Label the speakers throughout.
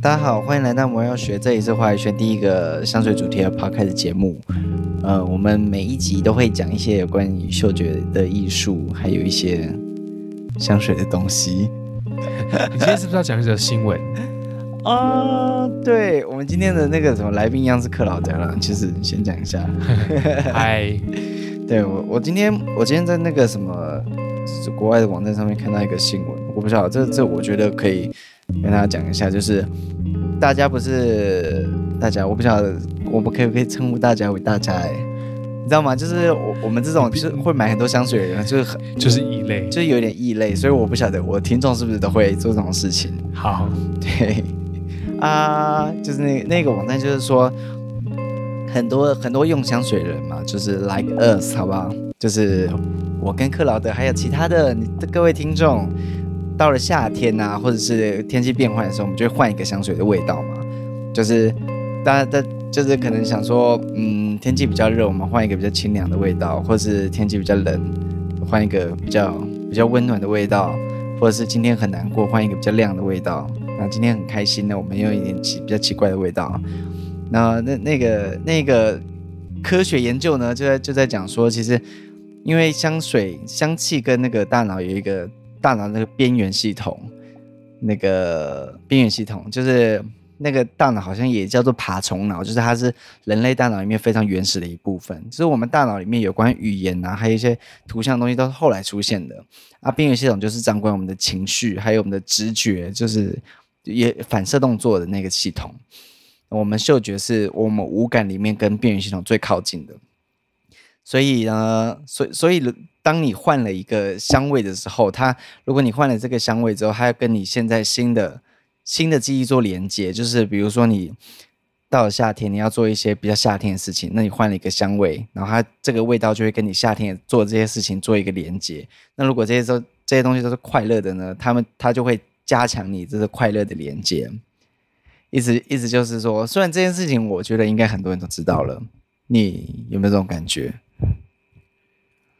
Speaker 1: 大家好，欢迎来到魔药学，这里是华语圈第一个香水主题的 podcast 节目。呃，我们每一集都会讲一些有关于嗅觉的艺术，还有一些香水的东西。
Speaker 2: 你今天是不是要讲一则 新闻？
Speaker 1: 啊、对我们今天的那个什么来宾一样是克劳德了，其实先讲一下。
Speaker 2: 嗨，
Speaker 1: 对我，我今天我今天在那个什么就是国外的网站上面看到一个新闻，我不知道这这我觉得可以跟大家讲一下，就是大家不是大家，我不晓得我们可以不可以称呼大家为大家哎、你知道吗？就是我我们这种就是会买很多香水的人，就是很
Speaker 2: 就是异类。
Speaker 1: 就是有点异类，所以我不晓得我听众是不是都会做这种事情。
Speaker 2: 好，
Speaker 1: 对，啊，就是那那个网站，就是说很多很多用香水人嘛，就是 like us，好不好？就是我跟克劳德还有其他的你各位听众，到了夏天呐、或者是天气变换的时候，我们就会换一个香水的味道嘛。就是大家大就是可能想说，嗯，天气比较热，我们换一个比较清凉的味道，或是天气比较冷，换一个比较比较温暖的味道。或者是今天很难过，换一个比较亮的味道。那今天很开心呢，我们用一点奇比较奇怪的味道。啊那那那个那个科学研究呢，就在就在讲说，其实因为香水香气跟那个大脑有一个大脑那个边缘系统，那个边缘系统就是那个大脑好像也叫做爬虫脑，就是它是人类大脑里面非常原始的一部分。就是我们大脑里面有关于语言啊，还有一些图像的东西都是后来出现的。啊，边缘系统就是掌管我们的情绪，还有我们的直觉，就是也反射动作的那个系统。我们嗅觉是我们五感里面跟边缘系统最靠近的，所以呢，所以所以当你换了一个香味的时候，它如果你换了这个香味之后，它要跟你现在新的新的记忆做连接，就是比如说你到了夏天，你要做一些比较夏天的事情，那你换了一个香味，然后它这个味道就会跟你夏天做这些事情做一个连接。那如果这些都这些东西都是快乐的呢，他们他就会加强你这个快乐的连接。意思意思就是说，虽然这件事情我觉得应该很多人都知道了，你有没有这种感觉？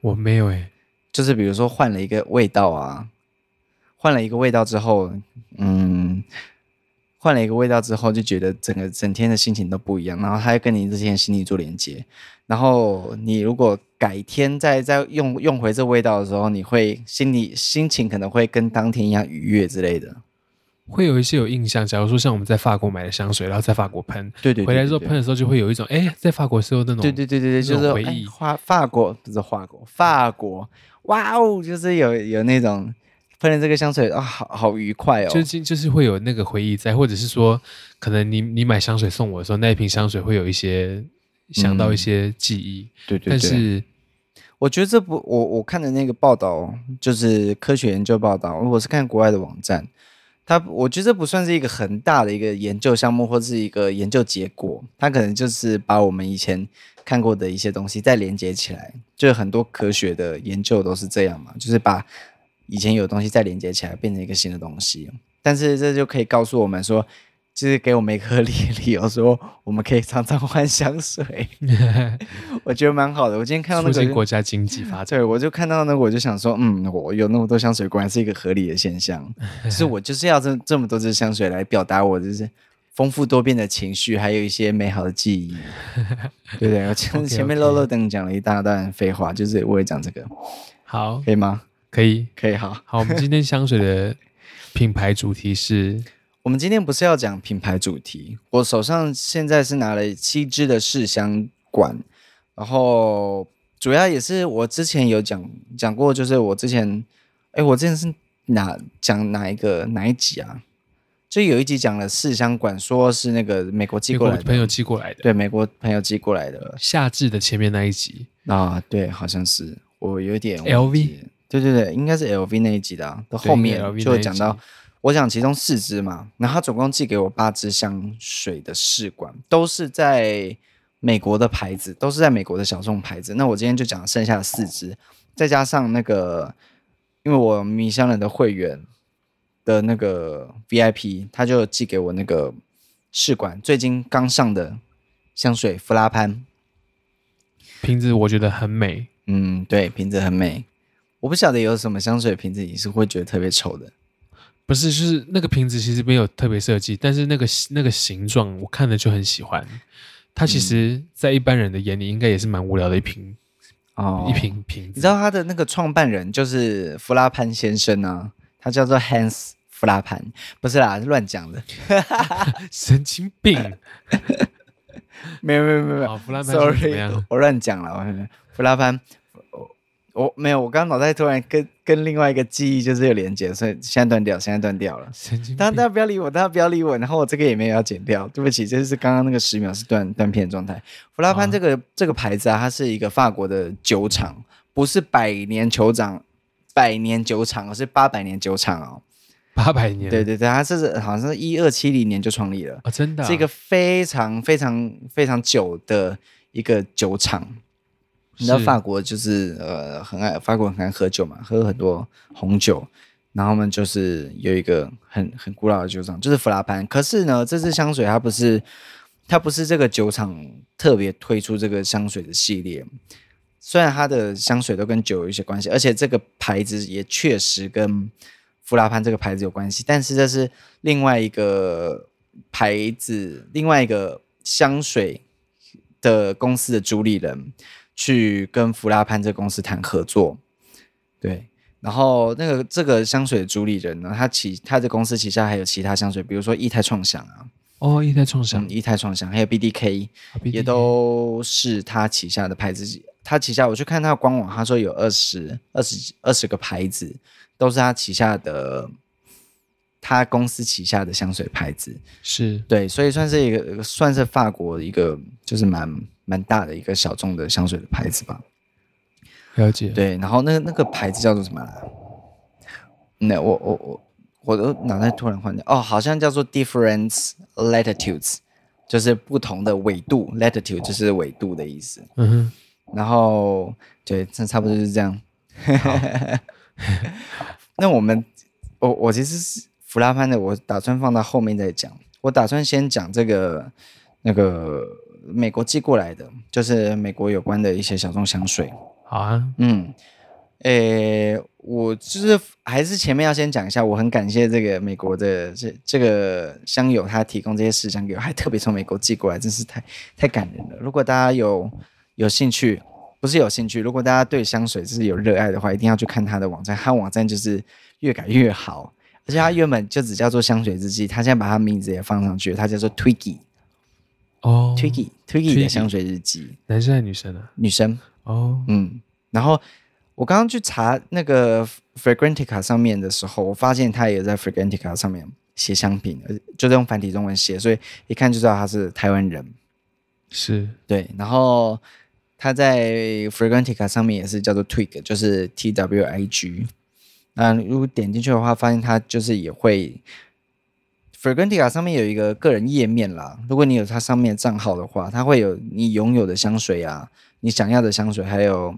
Speaker 2: 我没有哎，
Speaker 1: 就是比如说换了一个味道啊，换了一个味道之后，嗯，换了一个味道之后，就觉得整个整天的心情都不一样，然后它又跟你之前的心理做连接，然后你如果改天再再用用回这味道的时候，你会心里心情可能会跟当天一样愉悦之类的。
Speaker 2: 会有一些有印象。假如说像我们在法国买的香水，然后在法国喷，
Speaker 1: 对对
Speaker 2: 回来之后喷的时候就会有一种，哎，在法国时候那种，
Speaker 1: 对对对对对，
Speaker 2: 那
Speaker 1: 就
Speaker 2: 种
Speaker 1: 是
Speaker 2: 回
Speaker 1: 哎
Speaker 2: 忆
Speaker 1: 法法国不是法国，法国，哇哦，就是有有那种喷了这个香水啊，好好愉快哦，
Speaker 2: 就就就是会有那个回忆在，或者是说，可能你你买香水送我的时候，那一瓶香水会有一些想到一些记忆，
Speaker 1: 对对对。
Speaker 2: 但是
Speaker 1: 我觉得这不，我我看的那个报道就是科学研究报道，我是看国外的网站，它我觉得这不算是一个很大的一个研究项目或是一个研究结果，它可能就是把我们以前看过的一些东西再连接起来，就是很多科学的研究都是这样嘛，就是把以前有的东西再连接起来，变成一个新的东西。但是这就可以告诉我们说，就是给我们一个 合理的理由说，我们可以常 常换香水，我觉得蛮好的。我今天看到那
Speaker 2: 促
Speaker 1: 个
Speaker 2: 进国家经济 发展，
Speaker 1: 对，我就看到那个，我就想说，嗯，我有那么多香水，果然是一个合理的现象。就是我就是要这这么多支香水来表达我就是丰富多变的情绪，还有一些美好的记忆，对不对？我前
Speaker 2: OK，OK
Speaker 1: 前面漏漏等讲了一大段废话，就是为了讲这个，
Speaker 2: 好，
Speaker 1: 可以吗？
Speaker 2: 可以，
Speaker 1: 可以，好。
Speaker 2: 好，我们今天香水的品牌主题是
Speaker 1: 我们今天不是要讲品牌主题，我手上现在是拿了七支的试香管，然后主要也是我之前有讲讲过，就是我之前，哎，我之前是哪讲哪一个哪一集啊？就有一集讲了试香管，说是那个美国寄
Speaker 2: 美
Speaker 1: 过
Speaker 2: 国
Speaker 1: 来
Speaker 2: 朋
Speaker 1: 的，
Speaker 2: 友寄过来的，
Speaker 1: 对，美国朋友寄过来的
Speaker 2: 夏至的前面那一集，
Speaker 1: 啊，对，好像是我有点忘记
Speaker 2: LV
Speaker 1: 对对对，应该是 LV 那一集的、啊，到
Speaker 2: 对
Speaker 1: 后面
Speaker 2: 应该 LV
Speaker 1: 就
Speaker 2: 那一
Speaker 1: 讲
Speaker 2: 集
Speaker 1: 到，我讲其中四支嘛，然后他总共寄给我八支香水的试管，都是在美国的牌子，都是在美国的小众牌子。那我今天就讲剩下的四支，再加上那个，因为我迷香人的会员的那个 VIP，他就寄给我那个试管最近刚上的香水弗拉潘。
Speaker 2: 瓶子我觉得很美，
Speaker 1: 嗯，对，瓶子很美。我不晓得有什么香水瓶子你是会觉得特别丑的。
Speaker 2: 不是，就是那个瓶子其实没有特别设计，但是那个那个形状我看了就很喜欢。它其实，在一般人的眼里，应该也是蛮无聊的一瓶、
Speaker 1: 哦，
Speaker 2: 一。瓶瓶
Speaker 1: 你
Speaker 2: 子。
Speaker 1: 知道他的那个创办人就是弗拉潘先生啊，他叫做 Hans 弗拉潘，不是啦，乱讲的。
Speaker 2: 神经病！
Speaker 1: 没有没有没有没有
Speaker 2: 好，哦 弗兰潘先生怎么
Speaker 1: ，sorry，
Speaker 2: 样？
Speaker 1: 我乱讲了。我弗拉潘，我我没有，我刚脑袋突然跟跟另外一个记忆就是有连接，所以现在断掉，现在断掉了。
Speaker 2: 神 经
Speaker 1: 大家
Speaker 2: 病！
Speaker 1: 大家不要理我，大家不要理我。然后我这个也没有要剪掉，对不起，这是刚刚那个十秒是断断片的状态。弗拉潘
Speaker 2: 啊
Speaker 1: 这个、这个牌子啊，它是一个法国的酒厂，不是百年酒厂，百年酒厂，而是八百年酒厂哦。
Speaker 2: 八百年，
Speaker 1: 对对对，它是好像是一二七零年就创立了，
Speaker 2: 啊，真的啊
Speaker 1: 是一个非常非常非常久的一个酒厂。你知道
Speaker 2: 是
Speaker 1: 法国就是呃很爱法国很爱喝酒嘛，喝很多红酒，然后他们就是有一个很很古老的酒厂，就是弗拉潘。可是呢，这支香水它不是它不是这个酒厂特别推出这个香水的系列，虽然它的香水都跟酒有一些关系，而且这个牌子也确实跟弗拉潘这个牌子有关系，但是这是另外一个牌子，另外一个香水的公司的主理人去跟弗拉潘这个公司谈合作，对。然后那个这个香水的主理人呢，他旗他的公司旗下还有其他香水，比如说液态创想啊，
Speaker 2: 哦，一代创伤
Speaker 1: 嗯，，液态创想，还有 BDK，
Speaker 2: 啊
Speaker 1: 也
Speaker 2: BDK
Speaker 1: 都是他旗下的牌子。他旗下我去看他的官网，他说有二十二十二十个牌子，都是他旗下的，他公司旗下的香水牌子。
Speaker 2: 是
Speaker 1: 对，所以算是一个算是法国一个就是蛮蛮大的一个小众的香水的牌子吧。
Speaker 2: 了解。
Speaker 1: 对，然后那个那个牌子叫做什么来、啊那我我我我都脑袋突然换掉哦，好像叫做 different latitudes，就是不同的纬度，latitude 就是纬度的意思。
Speaker 2: 嗯
Speaker 1: 然后对，这差不多就是这样。 那我们，我我其实是弗拉潘的，我打算放到后面再讲。我打算先讲这个那个美国寄过来的，就是美国有关的一些小众香水。
Speaker 2: 哼，好啊，
Speaker 1: 嗯，诶，我就是还是前面要先讲一下，我很感谢这个美国的这这个香友他提供这些事项给我，还特别从美国寄过来，真是太太感人了。如果大家有有兴趣，不是有兴趣，如果大家对香水就是有热爱的话，一定要去看他的网站，他网站就是越改越好。而且他原本就只叫做香水日记，他现在把他名字也放上去了，他叫做 Twiggy，Twiggy，Twiggy
Speaker 2: 哦，
Speaker 1: 的
Speaker 2: Twiggy
Speaker 1: 香水日记，
Speaker 2: 男生还是女生啊？
Speaker 1: 女生。
Speaker 2: 哦，
Speaker 1: 嗯，然后我刚刚去查那个 Fragrantica 上面的时候，我发现他也在 Fragrantica 上面写香品，而就是用繁体中文写，所以一看就知道他是台湾人。
Speaker 2: 是
Speaker 1: 对，然后他在 Fragrantica 上面也是叫做 Twig，就是 T W I G。那如果点进去的话，发现它就是也会 Fragrantica 上面有一个个人页面啦。如果你有它上面的账号的话，它会有你拥有的香水啊，你想要的香水，还有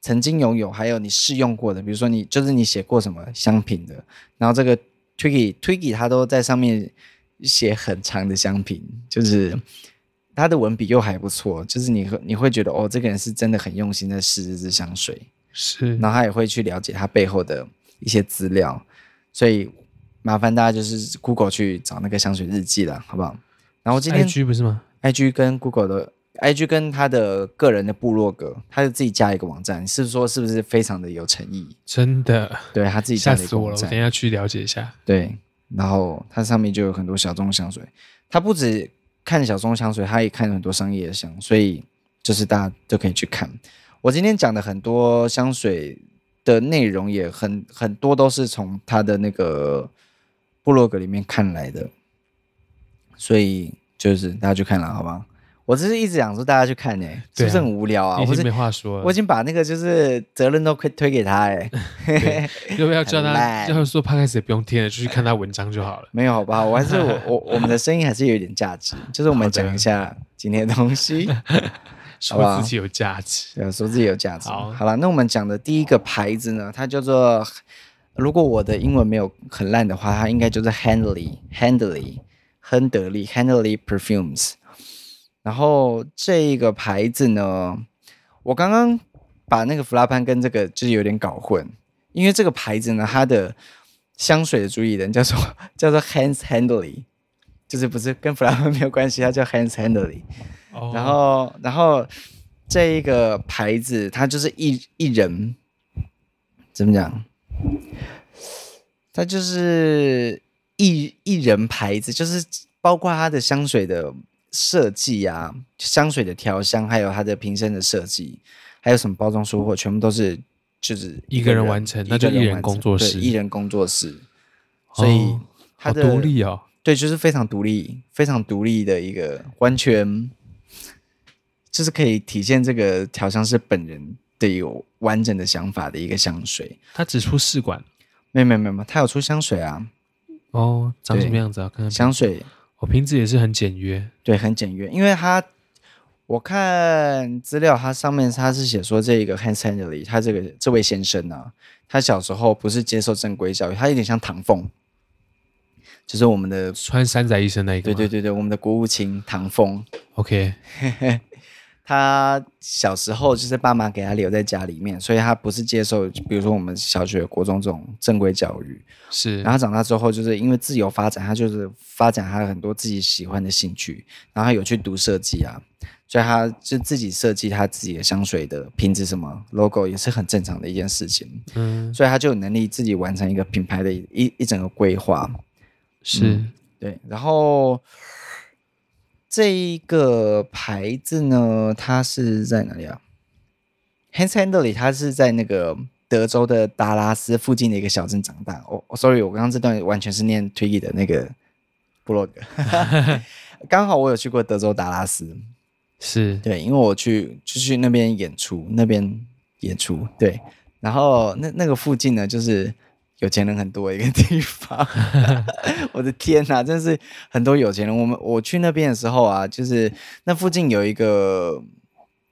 Speaker 1: 曾经拥有，还有你试用过的，比如说你就是你写过什么香品的，然后这个 Twiggy Twiggy 它都在上面写很长的香品，就是他的文笔又还不错，就是你会你会觉得哦，这个人是真的很用心在试这支香水，
Speaker 2: 是，
Speaker 1: 然后他也会去了解他背后的一些资料，所以麻烦大家就是 Google 去找那个香水日记啦，好不好？然后今天
Speaker 2: IG 不是吗？
Speaker 1: IG 跟 Google 的 IG 跟他的个人的部落格，他就自己加一个网站，是不是说是不是非常的有诚意？
Speaker 2: 真的
Speaker 1: 对他自己加
Speaker 2: 吓
Speaker 1: 了一
Speaker 2: 死
Speaker 1: 个
Speaker 2: 我
Speaker 1: 网
Speaker 2: 了！我
Speaker 1: 站
Speaker 2: 等一，下去了解一下。
Speaker 1: 对，然后它上面就有很多小众香水，它不止看小众香水，它也看很多商业的香，所以就是大家都可以去看。我今天讲的很多香水的内容也很很多都是从他的那个部落格里面看来的，所以就是大家去看了，好吧？我只是一直想说大家去看呢、是
Speaker 2: 对
Speaker 1: 不
Speaker 2: 啊
Speaker 1: 是很无聊啊？
Speaker 2: 已
Speaker 1: 我
Speaker 2: 经
Speaker 1: 是
Speaker 2: 没话说
Speaker 1: 我已
Speaker 2: 了，
Speaker 1: 经把那个就是责任都推推给他哎、
Speaker 2: 要不要叫
Speaker 1: 很
Speaker 2: 他？
Speaker 1: 烂
Speaker 2: 要是说 p 开始也不用听了，就去看他文章就好了。
Speaker 1: 没有，好不好？我还是我我我们的声音还是有一点价值，就是我们讲一下今天的东西，好吧
Speaker 2: 说自己有价值，
Speaker 1: 呃对，说自己有价值。
Speaker 2: 好
Speaker 1: 好了，那我们讲的第一个牌子呢，它叫做，如果我的英文没有很烂的话，它应该就是 Handley Handley 亨德利 Handley Perfumes。然后这一个牌子呢，我刚刚把那个弗拉潘跟这个就是有点搞混，因为这个牌子呢，它的香水的主理人叫做 叫做 Hans Handley，就是不是跟弗拉门没有关系，他叫 Hans Handley。
Speaker 2: 哦
Speaker 1: 然后，然后这一个牌子，它就是一一人，怎么讲？它就是一一人牌子，就是包括它的香水的设计啊，香水的调香，还有它的瓶身的设计，还有什么包装书货，全部都是就是
Speaker 2: 一个人完成那就
Speaker 1: 一个
Speaker 2: 一人
Speaker 1: 完成
Speaker 2: 工作
Speaker 1: 对
Speaker 2: 室
Speaker 1: 一人工作室，所以
Speaker 2: 哦
Speaker 1: 它
Speaker 2: 好
Speaker 1: 的
Speaker 2: 独立哦，
Speaker 1: 对，就是非常独立、非常独立的一个，完全就是可以体现这个调香师本人的有完整的想法的一个香水。
Speaker 2: 他只出试管
Speaker 1: 没有没有没有，它有出香水啊，
Speaker 2: 哦，长
Speaker 1: 对
Speaker 2: 什么样子啊？看看，
Speaker 1: 香水
Speaker 2: 我瓶子也是很简约，
Speaker 1: 对很简约，因为它我看资料，它上面它是写说这个 Hans h a n d l e y 他这个这位先生啊，他小时候不是接受正规教育，他有点像唐凤，就是我们的
Speaker 2: 穿山仔医生那一个
Speaker 1: 对
Speaker 2: 吗，
Speaker 1: 对对对，我们的国务卿唐凤。
Speaker 2: ，OK，
Speaker 1: 他小时候就是爸妈给他留在家里面，所以他不是接受，比如说我们小学、国中这种正规教育。
Speaker 2: 是
Speaker 1: 然后长大之后，就是因为自由发展，他就是发展他很多自己喜欢的兴趣，然后他有去读设计啊，所以他就自己设计他自己的香水的瓶子什么 logo 也是很正常的一件事情，
Speaker 2: 嗯
Speaker 1: 所以他就有能力自己完成一个品牌的一一一整个规划。
Speaker 2: 是
Speaker 1: 嗯对，然后这一个牌子呢，它是在哪里啊？Hans Handley，它是在那个德州的达拉斯附近的一个小镇长大。哦、哦 s o r r y 我刚刚这段完全是念 Twiggy 的那个 blog，刚好我有去过德州达拉斯，
Speaker 2: 是
Speaker 1: 对，因为我去就去那边演出，那边演出，对，然后那那个附近呢，就是有钱人很多的一个 地方。我的天哪，真是很多有钱人。我们我去那边的时候啊，就是那附近有一个，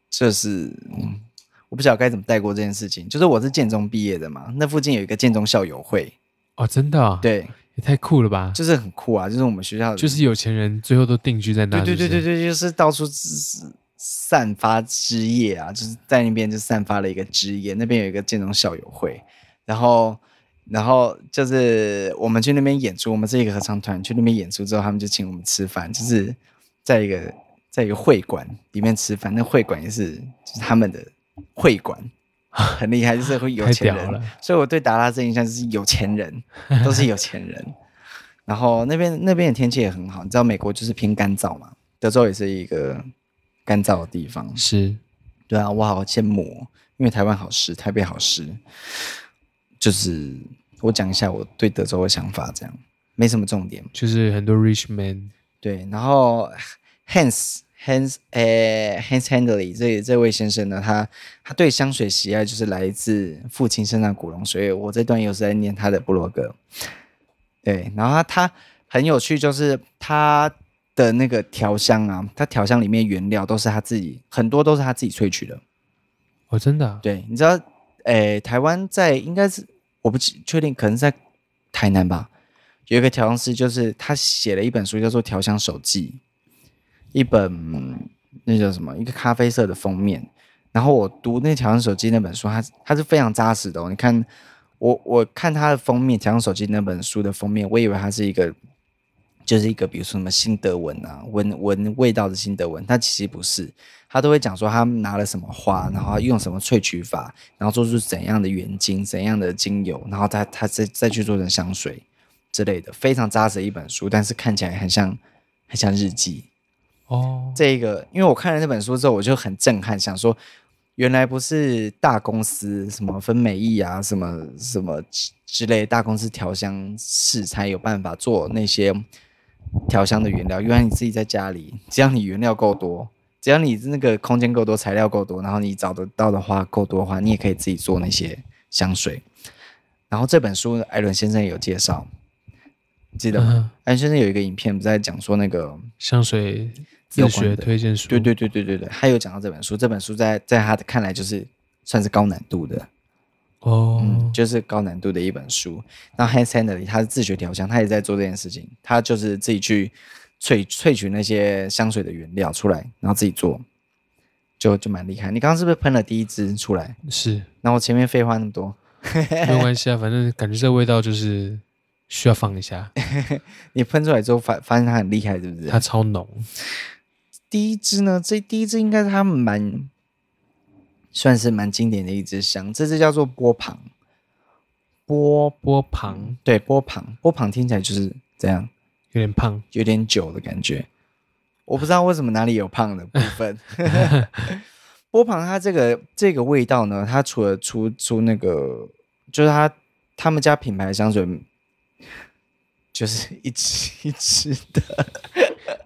Speaker 1: 就是、嗯我不晓得该怎么带过这件事情。就是我是建中毕业的嘛，那附近有一个建中校友会，
Speaker 2: 哦，真的啊，
Speaker 1: 对，
Speaker 2: 也太酷了吧！
Speaker 1: 就是很酷啊，就是我们学校的
Speaker 2: 就是有钱人最后都定居在那，
Speaker 1: 对对对
Speaker 2: 啊是不
Speaker 1: 对
Speaker 2: 是，
Speaker 1: 对，就是到处散散发枝叶啊，就是在那边就散发了一个枝叶。那边有一个建中校友会，然后然后就是我们去那边演出，我们是一个合唱团，去那边演出之后，他们就请我们吃饭，就是在一个在一个会馆里面吃饭，那会馆也是就是他们的会馆。很厉害，就是会有
Speaker 2: 太
Speaker 1: 钱
Speaker 2: 屌
Speaker 1: 人
Speaker 2: 了，
Speaker 1: 所以我对达拉斯的印象就是有钱人，都是有钱人。然后那边那边的天气也很好，你知道美国就是偏干燥嘛，德州也是一个干燥的地方。
Speaker 2: 是
Speaker 1: 对啊，我好羡慕、哦，因为台湾好湿，台北好湿。就是我讲一下我对德州的想法，这样没什么重点。
Speaker 2: 就是很多 rich man
Speaker 1: 对，然后 Hans Hans 诶、Hans Handley 这这位先生呢，他他对香水喜爱就是来自父亲身上古龙水。我这段又是在念他的部落格。对，然后他他很有趣，就是他的那个调香啊，他调香里面原料都是他自己，很多都是他自己萃取的。
Speaker 2: 哦，真的啊
Speaker 1: 对，你知道，诶，台湾在应该是我不记确定，可能是在台南吧，有一个调香师，就是他写了一本书，叫做《调香手记》，一本嗯那叫什么，一个咖啡色的封面。然后我读那《调香手记》那本书，它它是非常扎实的、哦。你看，我我看它的封面，《调香手记》那本书的封面，我以为它是一个。就是一个，比如说什么新德文啊，闻闻味道的新德文，它其实不是，他都会讲说他拿了什么花，然后用什么萃取法，然后做出怎样的原精、怎样的精油，然后他他再再去做成香水之类的，非常扎实的一本书，但是看起来很像很像日记。
Speaker 2: 哦，
Speaker 1: 这个，因为我看了那本书之后，我就很震撼，想说原来不是大公司什么芬美意啊，什么什么之之类大公司调香师才有办法做那些调香的原料，原来你自己在家里，只要你原料够多，只要你那个空间够多，材料够多，然后你找得到的话够多的话，你也可以自己做那些香水。然后这本书艾伦先生也有介绍，记得吗？
Speaker 2: 嗯
Speaker 1: 艾伦先生有一个影片不是在讲说那个
Speaker 2: 香水自
Speaker 1: 有关
Speaker 2: 学
Speaker 1: 的
Speaker 2: 推荐书，
Speaker 1: 对对对对对对，他有讲到这本书，这本书在在他的看来就是算是高难度的，
Speaker 2: 哦，
Speaker 1: 嗯，就是高难度的一本书。那 Hans Handley 他是自学调香，他也在做这件事情，他就是自己去萃萃取那些香水的原料出来，然后自己做，就就蛮厉害。你刚刚是不是喷了第一支出来？
Speaker 2: 是
Speaker 1: 然后我前面废话那么多，
Speaker 2: 没有关系啊，反正感觉这味道就是需要放一下，
Speaker 1: 你喷出来之后发发现它很厉害，对不哎对
Speaker 2: 它？超浓，
Speaker 1: 第一支呢，这第一支应该是他们蛮算是蛮经典的一支香，这支叫做波旁，波
Speaker 2: 波旁
Speaker 1: 嗯对波旁，波旁听起来就是这样，
Speaker 2: 有点胖，
Speaker 1: 有点酒的感觉。我不知道为什么哪里有胖的部 分。波旁它这个这个味道呢，它除了出出那个，就是它他们家品牌香水，就是一支 一支的。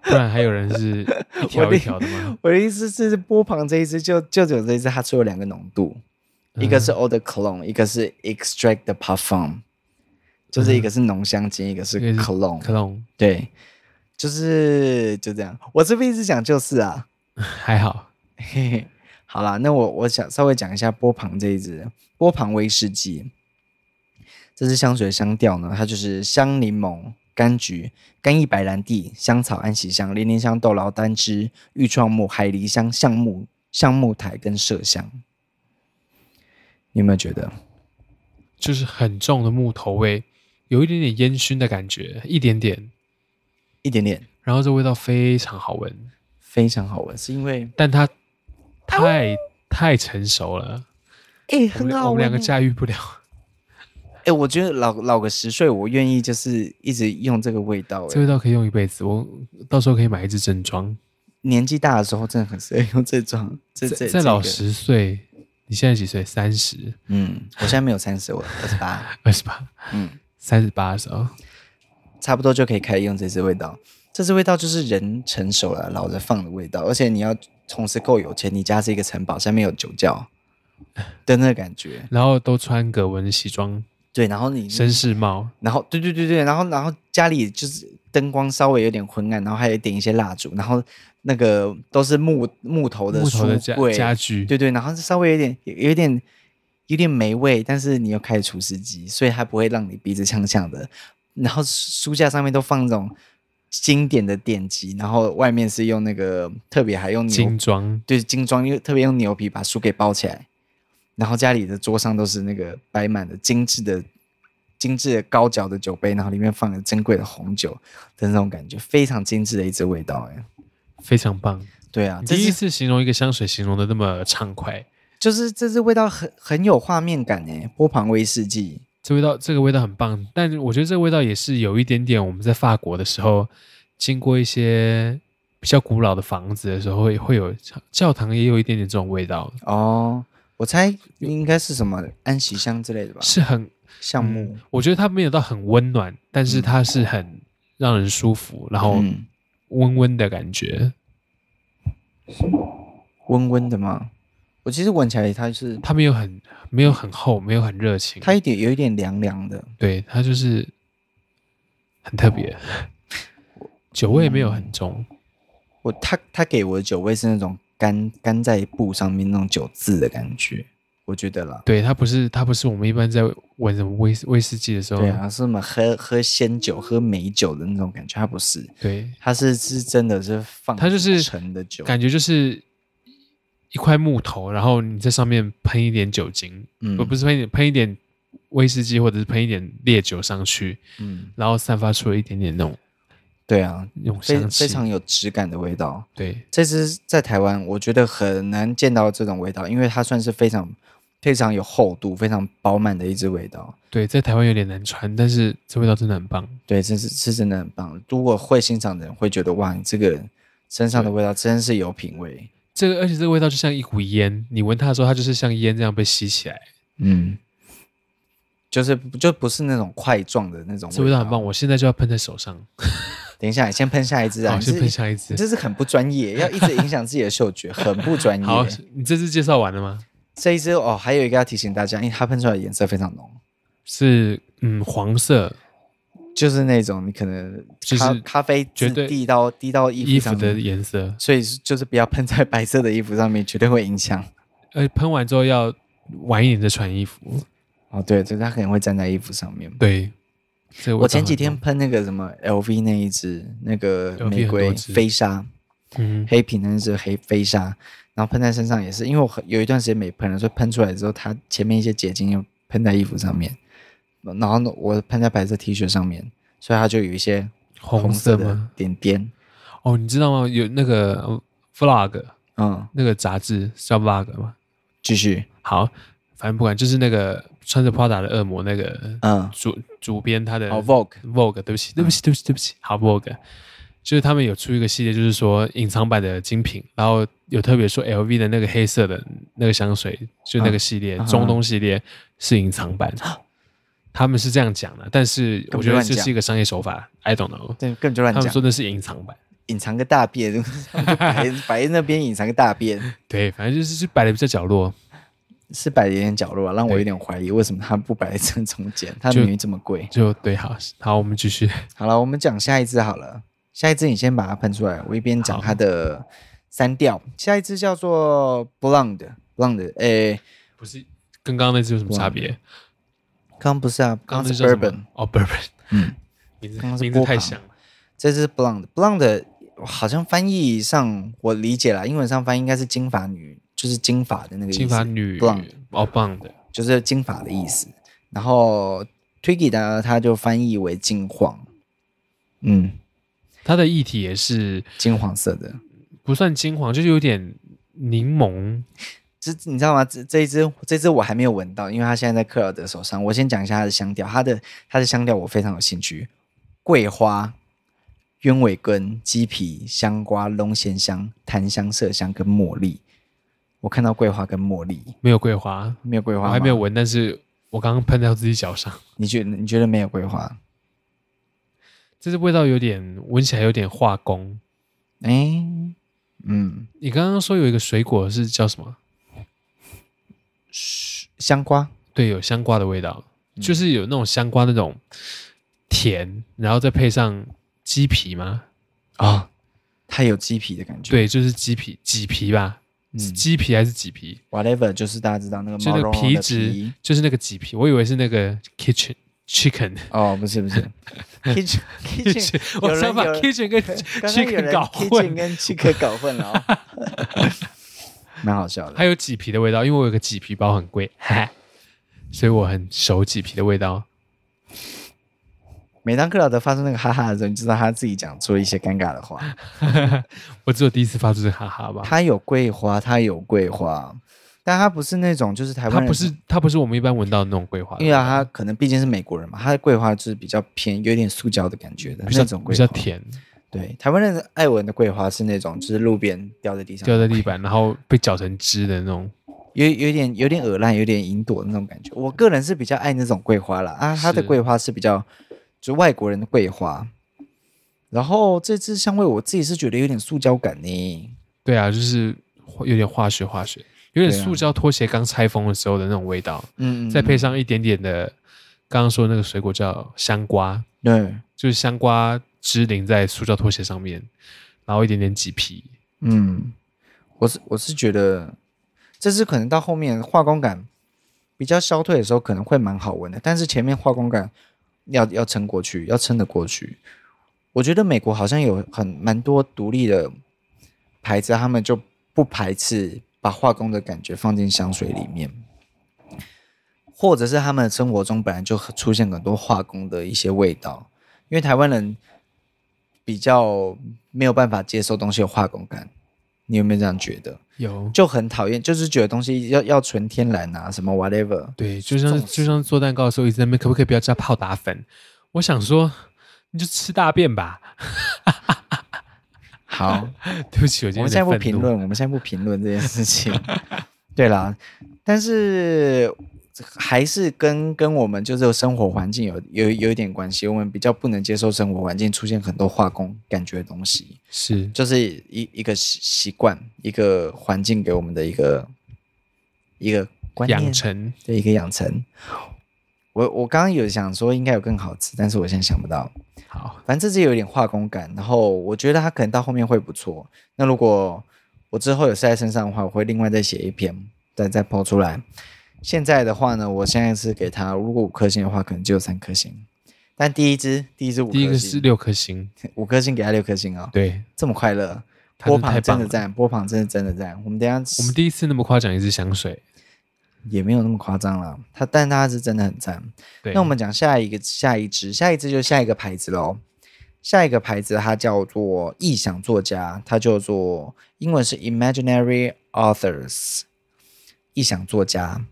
Speaker 2: 不然还有人 是一条
Speaker 1: 的
Speaker 2: 一条的吗？
Speaker 1: 我的意思是，波旁这一支就就只有这一支，它出了两个浓度，
Speaker 2: 嗯
Speaker 1: 一个是 Eau de Cologne，一个是 Extract de Parfum，就是一个是浓香精，一个是
Speaker 2: 嗯一个是
Speaker 1: Cologne，
Speaker 2: 克隆
Speaker 1: 对，就是就这样。我这边一直讲就是啊，
Speaker 2: 还好，
Speaker 1: 嘿嘿，好啦，那我我想稍微讲一下波旁这一支波旁威士忌，这支香水的香调呢，它就是香柠檬、柑橘、干邑白兰地、香草、安息香、连连香、豆劳丹栀、玉创木、海梨香、橡木、橡木苔跟麝香。你有没有觉得？
Speaker 2: 就是很重的木头味，有一点点烟熏的感觉，一点点，
Speaker 1: 一点点
Speaker 2: 然后这味道非常好闻，
Speaker 1: 非常好闻，是因为
Speaker 2: 但它太太成熟了，
Speaker 1: 哎、
Speaker 2: 我
Speaker 1: 很
Speaker 2: 们
Speaker 1: 好
Speaker 2: 我们两个
Speaker 1: 闻。
Speaker 2: 驾驭不了，
Speaker 1: 哎、我觉得老老个十岁，我愿意就是一直用这个味道、
Speaker 2: 这
Speaker 1: 欸。
Speaker 2: 味道可以用一辈子，我到时候可以买一支正装。
Speaker 1: 年纪大的时候，真的很适合用这种。这这
Speaker 2: 再再老
Speaker 1: 这个
Speaker 2: 十岁，你现在几岁？三十、
Speaker 1: 嗯，我现在没有三十，我二十八，
Speaker 2: 二十八、
Speaker 1: 嗯，
Speaker 2: 三十八的时候，
Speaker 1: 差不多就可以开始用这支味道。这支味道就是人成熟了，老人放的味道，而且你要同时够有钱，你家是一个城堡，下面有酒窖的那个感觉。
Speaker 2: 然后都穿格纹西装、
Speaker 1: 对，然后你，
Speaker 2: 绅士帽，
Speaker 1: 然后对对对对，然后然后家里就是灯光稍微有点昏暗，然后还有点一些蜡烛，然后那个都是木木头的
Speaker 2: 木头的
Speaker 1: 书
Speaker 2: 家
Speaker 1: 柜，
Speaker 2: 家具，
Speaker 1: 对对，然后稍微有点有有点有点霉味，但是你又开着除湿机，所以它不会让你鼻子呛呛的。然后书架上面都放那种经典的典籍，然后外面是用那个特别还用牛
Speaker 2: 精装，
Speaker 1: 对精装，因为特别用牛皮把书给包起来。然后家里的桌上都是那个摆满了精致的、精致的高脚的酒杯，然后里面放了珍贵的红酒的那种感觉，非常精致的一支味道、哎，
Speaker 2: 非常棒。
Speaker 1: 对啊，
Speaker 2: 你
Speaker 1: 这
Speaker 2: 第一
Speaker 1: 是
Speaker 2: 次形容一个香水，形容的那么畅快，
Speaker 1: 就是这支味道很很有画面感诶，波旁威士忌，
Speaker 2: 这味道，这个味道很棒。但我觉得这个味道也是有一点点，我们在法国的时候，经过一些比较古老的房子的时候，会会有教堂也有一点点这种味道，
Speaker 1: 哦，我猜应该是什么安息香之类的吧，
Speaker 2: 是很
Speaker 1: 橡木，
Speaker 2: 我觉得它没有到很温暖，但是它是很让人舒服，然后
Speaker 1: 嗯，
Speaker 2: 温温的感觉。
Speaker 1: 温温的吗？我其实闻起来它是
Speaker 2: 它没有很没有很厚，没有很热情，
Speaker 1: 它一点有一点凉凉的，
Speaker 2: 对它就是很特别，
Speaker 1: 哦
Speaker 2: 酒味没有很重，
Speaker 1: 嗯我它它给我的酒味是那种干干在布上面那种酒渍的感觉，我觉得啦，
Speaker 2: 对它不是它不是我们一般在闻什么威士威士忌的时候，
Speaker 1: 对啊，是什么喝喝鲜酒、喝美酒的那种感觉，它不是，
Speaker 2: 对
Speaker 1: 它是是真的是放
Speaker 2: 它就是
Speaker 1: 陈的酒，
Speaker 2: 感觉就是。一块木头，然后你在上面喷一点酒精，
Speaker 1: 嗯
Speaker 2: 不不是喷一点喷一点威士忌，或者是喷一点烈酒上去，
Speaker 1: 嗯，
Speaker 2: 然后散发出了一点点那种
Speaker 1: 对啊，
Speaker 2: 那种
Speaker 1: 非
Speaker 2: 香气，
Speaker 1: 非常有质感的味道。
Speaker 2: 对，
Speaker 1: 这支在台湾我觉得很难见到这种味道，因为它算是非常非常有厚度、非常饱满的一支味道。
Speaker 2: 对，在台湾有点难穿，但是这味道真的很棒。
Speaker 1: 对，这是是真的很棒。如果会欣赏的人会觉得哇，你这个身上的味道真是有品味。
Speaker 2: 这个而且这个味道就像一股烟，你闻它的时候，它就是像烟这样被吸起来，
Speaker 1: 嗯，就是就不是那种块状的那种
Speaker 2: 这味道很棒。我现在就要喷在手上，
Speaker 1: 等一下，你先喷下一支啊！
Speaker 2: 好，
Speaker 1: 你
Speaker 2: 先
Speaker 1: 这
Speaker 2: 喷下一支
Speaker 1: 你。这是很不专业，要一直影响自己的嗅觉，很不专业。
Speaker 2: 好，你这支介绍完了吗？
Speaker 1: 这一支哦，还有一个要提醒大家，因为它喷出来的颜色非常浓。
Speaker 2: 是嗯，黄色
Speaker 1: 就是那种你可能咖、
Speaker 2: 就是
Speaker 1: 咖啡
Speaker 2: 绝
Speaker 1: 渍
Speaker 2: 对
Speaker 1: 滴到滴到衣
Speaker 2: 衣
Speaker 1: 服
Speaker 2: 服
Speaker 1: 上面
Speaker 2: 的颜色，
Speaker 1: 所以就是不要喷在白色的衣服上面，绝对会影响。
Speaker 2: 呃，喷完之后要晚一点再穿衣服。
Speaker 1: 哦，对，就是它可能会粘在衣服上面。
Speaker 2: 对，这个味道
Speaker 1: 我前几
Speaker 2: 很
Speaker 1: 天
Speaker 2: 棒
Speaker 1: 喷那个什么 LV 那一支，那个
Speaker 2: LV
Speaker 1: 玫瑰
Speaker 2: 很多支
Speaker 1: 飞沙，
Speaker 2: 嗯
Speaker 1: 黑瓶的那支黑飞沙，然后喷在身上也是，因为我很有一段时间没喷了，所以喷出来之后，它前面一些结晶又喷在衣服上面，然后呢我喷在白色 T 恤上面，所以它就有一些
Speaker 2: 红
Speaker 1: 色
Speaker 2: 色
Speaker 1: 的
Speaker 2: 吗？
Speaker 1: 点点。
Speaker 2: 哦，你知道吗？有那个呃 vlog
Speaker 1: 嗯，
Speaker 2: 那个杂志是叫 vlog 吗？
Speaker 1: 继续，
Speaker 2: 好，反正不管，就是那个穿着 Prada 的恶魔那个
Speaker 1: 嗯，
Speaker 2: 主主编他的
Speaker 1: 哦 Vogue，嗯
Speaker 2: Vogue，对不起，对不起，对不起，对不起，好 Vogue，就是他们有出一个系列，就是说隐藏版的精品，然后有特别说 LV 的那个黑色的那个香水，就那个系列、
Speaker 1: 啊
Speaker 2: 中东系列是隐藏版，他们是这样讲的，但是我觉
Speaker 1: 根本就乱
Speaker 2: 得这
Speaker 1: 讲
Speaker 2: 是一个商业手法，I don't know，
Speaker 1: 对，根本就乱
Speaker 2: 他们
Speaker 1: 讲，
Speaker 2: 说那是隐藏版，
Speaker 1: 隐藏个大便， 他们就摆摆在那边隐藏个大便，
Speaker 2: 对，反正就是是摆的比较角落，
Speaker 1: 是摆在有点角落啊，让我有点怀疑为什么他不摆在正中间，他明明这么贵。
Speaker 2: 就对，好好，我们继续，
Speaker 1: 好了，我们讲下一支好了。下一支你先把它喷出来，我一边讲它的三调。下一支叫做 Blonde，Blonde，诶、
Speaker 2: 不是跟刚刚那只有什么差别？
Speaker 1: 刚刚不是啊，
Speaker 2: 刚
Speaker 1: 刚
Speaker 2: 刚
Speaker 1: 是
Speaker 2: 那只叫什么
Speaker 1: Bourbon，
Speaker 2: 哦，Bourbon，
Speaker 1: 嗯，
Speaker 2: 名
Speaker 1: 刚刚是
Speaker 2: 字名字
Speaker 1: 波
Speaker 2: 太
Speaker 1: 旁
Speaker 2: 像了，
Speaker 1: 这支 Blonde，Blonde 好像翻译上我理解啦，英文上翻译应该是金发女，就是金发的那个意思，
Speaker 2: 金发女
Speaker 1: Blonde
Speaker 2: 哦棒的，
Speaker 1: 就是金发的意思。然后 Twiggy 呢，它就翻译为金黄，嗯，
Speaker 2: 它的液体也是
Speaker 1: 金黄色的。
Speaker 2: 不算金黄，就是有点柠檬。
Speaker 1: 这你知道吗？这这一支这支我还没有闻到，因为它现在在克劳德手上。我先讲一下它的香调，它的它的香调我非常有兴趣：桂花、鸢尾根、鸡皮、香瓜、龙涎香、檀香、麝香跟茉莉。我看到桂花跟茉莉，
Speaker 2: 没有桂花，
Speaker 1: 没有桂
Speaker 2: 我
Speaker 1: 花，
Speaker 2: 还没有。闻，但是我刚刚喷到自己脚上，
Speaker 1: 你觉得你觉得没有桂花？
Speaker 2: 这是味道有点闻起来有点化工。
Speaker 1: 哎，嗯，
Speaker 2: 你刚刚说有一个水果是叫什么？
Speaker 1: 香瓜，
Speaker 2: 对，有香瓜的味道，
Speaker 1: 嗯
Speaker 2: 就是有那种香瓜那种甜，然后再配上鸡皮吗？
Speaker 1: 啊、它有鸡皮的感觉。
Speaker 2: 对，就是鸡皮，麂皮
Speaker 1: 嗯
Speaker 2: 吧？是鸡皮还是麂皮？
Speaker 1: ，whatever，就是大家知道那个
Speaker 2: 就
Speaker 1: 毛
Speaker 2: 那
Speaker 1: 茸
Speaker 2: 个
Speaker 1: 茸
Speaker 2: 皮
Speaker 1: 的
Speaker 2: 质
Speaker 1: 皮。，
Speaker 2: 就是那个麂皮。我以为是那个 kitchen chicken。
Speaker 1: 哦，不是不 是，kitchen kitchen，
Speaker 2: 我
Speaker 1: 有人
Speaker 2: 想把
Speaker 1: 有人
Speaker 2: kitchen
Speaker 1: 刚
Speaker 2: 跟
Speaker 1: 刚有
Speaker 2: chicken
Speaker 1: 人
Speaker 2: 搞
Speaker 1: kitchen
Speaker 2: 混，
Speaker 1: 跟 chicken 搞混了、 哦，蛮好笑的。
Speaker 2: 还有麂皮的味道，因为我有个麂皮包很贵，哈哈所以我很熟麂皮的味道。
Speaker 1: 每当克劳德发出那个哈哈的时候，你知道他自己讲出一些尴尬的话。
Speaker 2: 我只有第一次发出这哈哈吧，
Speaker 1: 他有桂花，他有桂花，但他不是那种就是台湾
Speaker 2: 它
Speaker 1: 人，
Speaker 2: 不是它不是我们一般闻到的那种桂花的
Speaker 1: 因
Speaker 2: 味
Speaker 1: 为
Speaker 2: 道，
Speaker 1: 啊，他可能毕竟是美国人嘛，他的桂花就是比较偏有点塑胶的感觉的
Speaker 2: 比
Speaker 1: 那
Speaker 2: 较
Speaker 1: 种
Speaker 2: 比
Speaker 1: 桂花，
Speaker 2: 较。甜，
Speaker 1: 对，台湾人爱闻的桂花是那种就是路边掉在地上，
Speaker 2: 掉在地板然后被搅成汁的那种。
Speaker 1: 有有点有点耳烂，有点银朵的那种感觉。我个人是比较爱那种桂花啦，啊，它的
Speaker 2: 是
Speaker 1: 桂花是比较就外国人的桂花。然后这支香味我自己是觉得有点塑胶感呢，
Speaker 2: 对啊，就是化有点化学化学，有点
Speaker 1: 对啊
Speaker 2: 塑胶拖鞋刚拆封的时候的那种味道，
Speaker 1: 嗯，
Speaker 2: 再配
Speaker 1: 上
Speaker 2: 上一点点的刚刚说的那个水果叫香瓜，
Speaker 1: 对，
Speaker 2: 就是香瓜汁淋在塑胶拖鞋上面，然后一点点麂皮，
Speaker 1: 嗯，我是我是觉得这支可能到后面化工感比较消退的时候可能会蛮好闻的，但是前面化工感要要撑过去，要撑得过去。我觉得美国好像有很蛮多独立的牌子，他们就不排斥把化工的感觉放进香水里面，或者是他们生活中本来就出现很多化工的一些味道，因为台湾人比较没有办法接受东西有化工感，你有没有这样觉得？
Speaker 2: 有
Speaker 1: 就很讨厌，就是觉得东西要要纯天然啊，什么 whatever。
Speaker 2: 对，就像
Speaker 1: 粽子
Speaker 2: 就像做蛋糕的时候一直在那边，可不可以不要加泡打粉？我想说，你就吃大便吧。
Speaker 1: 好，
Speaker 2: 对不起，我
Speaker 1: 我
Speaker 2: 今天有
Speaker 1: 们现在
Speaker 2: 点
Speaker 1: 不
Speaker 2: 愤
Speaker 1: 评
Speaker 2: 怒。
Speaker 1: 论，我们现在不评论这件事情。 对啦，但是还是跟跟我们就是生活环境有有有一点关系，我们比较不能接受生活环境出现很多化工感觉的东西，
Speaker 2: 是
Speaker 1: 就是一一个习习惯，一个环境给我们的一个一个观念
Speaker 2: 养成
Speaker 1: 的一个养成。我我刚刚有想说应该有更好吃，但是我现在想不到。
Speaker 2: 好，
Speaker 1: 反正这支有点化工感，然后我觉得它可能到后面会不错。那如果我之后有晒在身上的话，我会另外再写一篇，再再抛出来。现在的话呢，我现在是给它，如果五颗星的话，可能只有三颗星。但第一支，第一支五
Speaker 2: 第一
Speaker 1: 颗
Speaker 2: 个是
Speaker 1: 星，
Speaker 2: 六颗星，
Speaker 1: 五颗星给它六颗星啊、
Speaker 2: 对
Speaker 1: 这么快乐！
Speaker 2: 它
Speaker 1: 波
Speaker 2: 真的太
Speaker 1: 旁真
Speaker 2: 棒
Speaker 1: 的
Speaker 2: 了。
Speaker 1: 赞，波旁真的真的赞。我们等一下
Speaker 2: 我们第一次那么夸奖一支香水，
Speaker 1: 也没有那么夸张了。它，但它是真的很赞。
Speaker 2: 对，
Speaker 1: 那我们讲下一个下一支，下一支就下一个牌子喽。下一个牌子它叫做异想作家，它叫做英文是 Imaginary Authors，异想作家。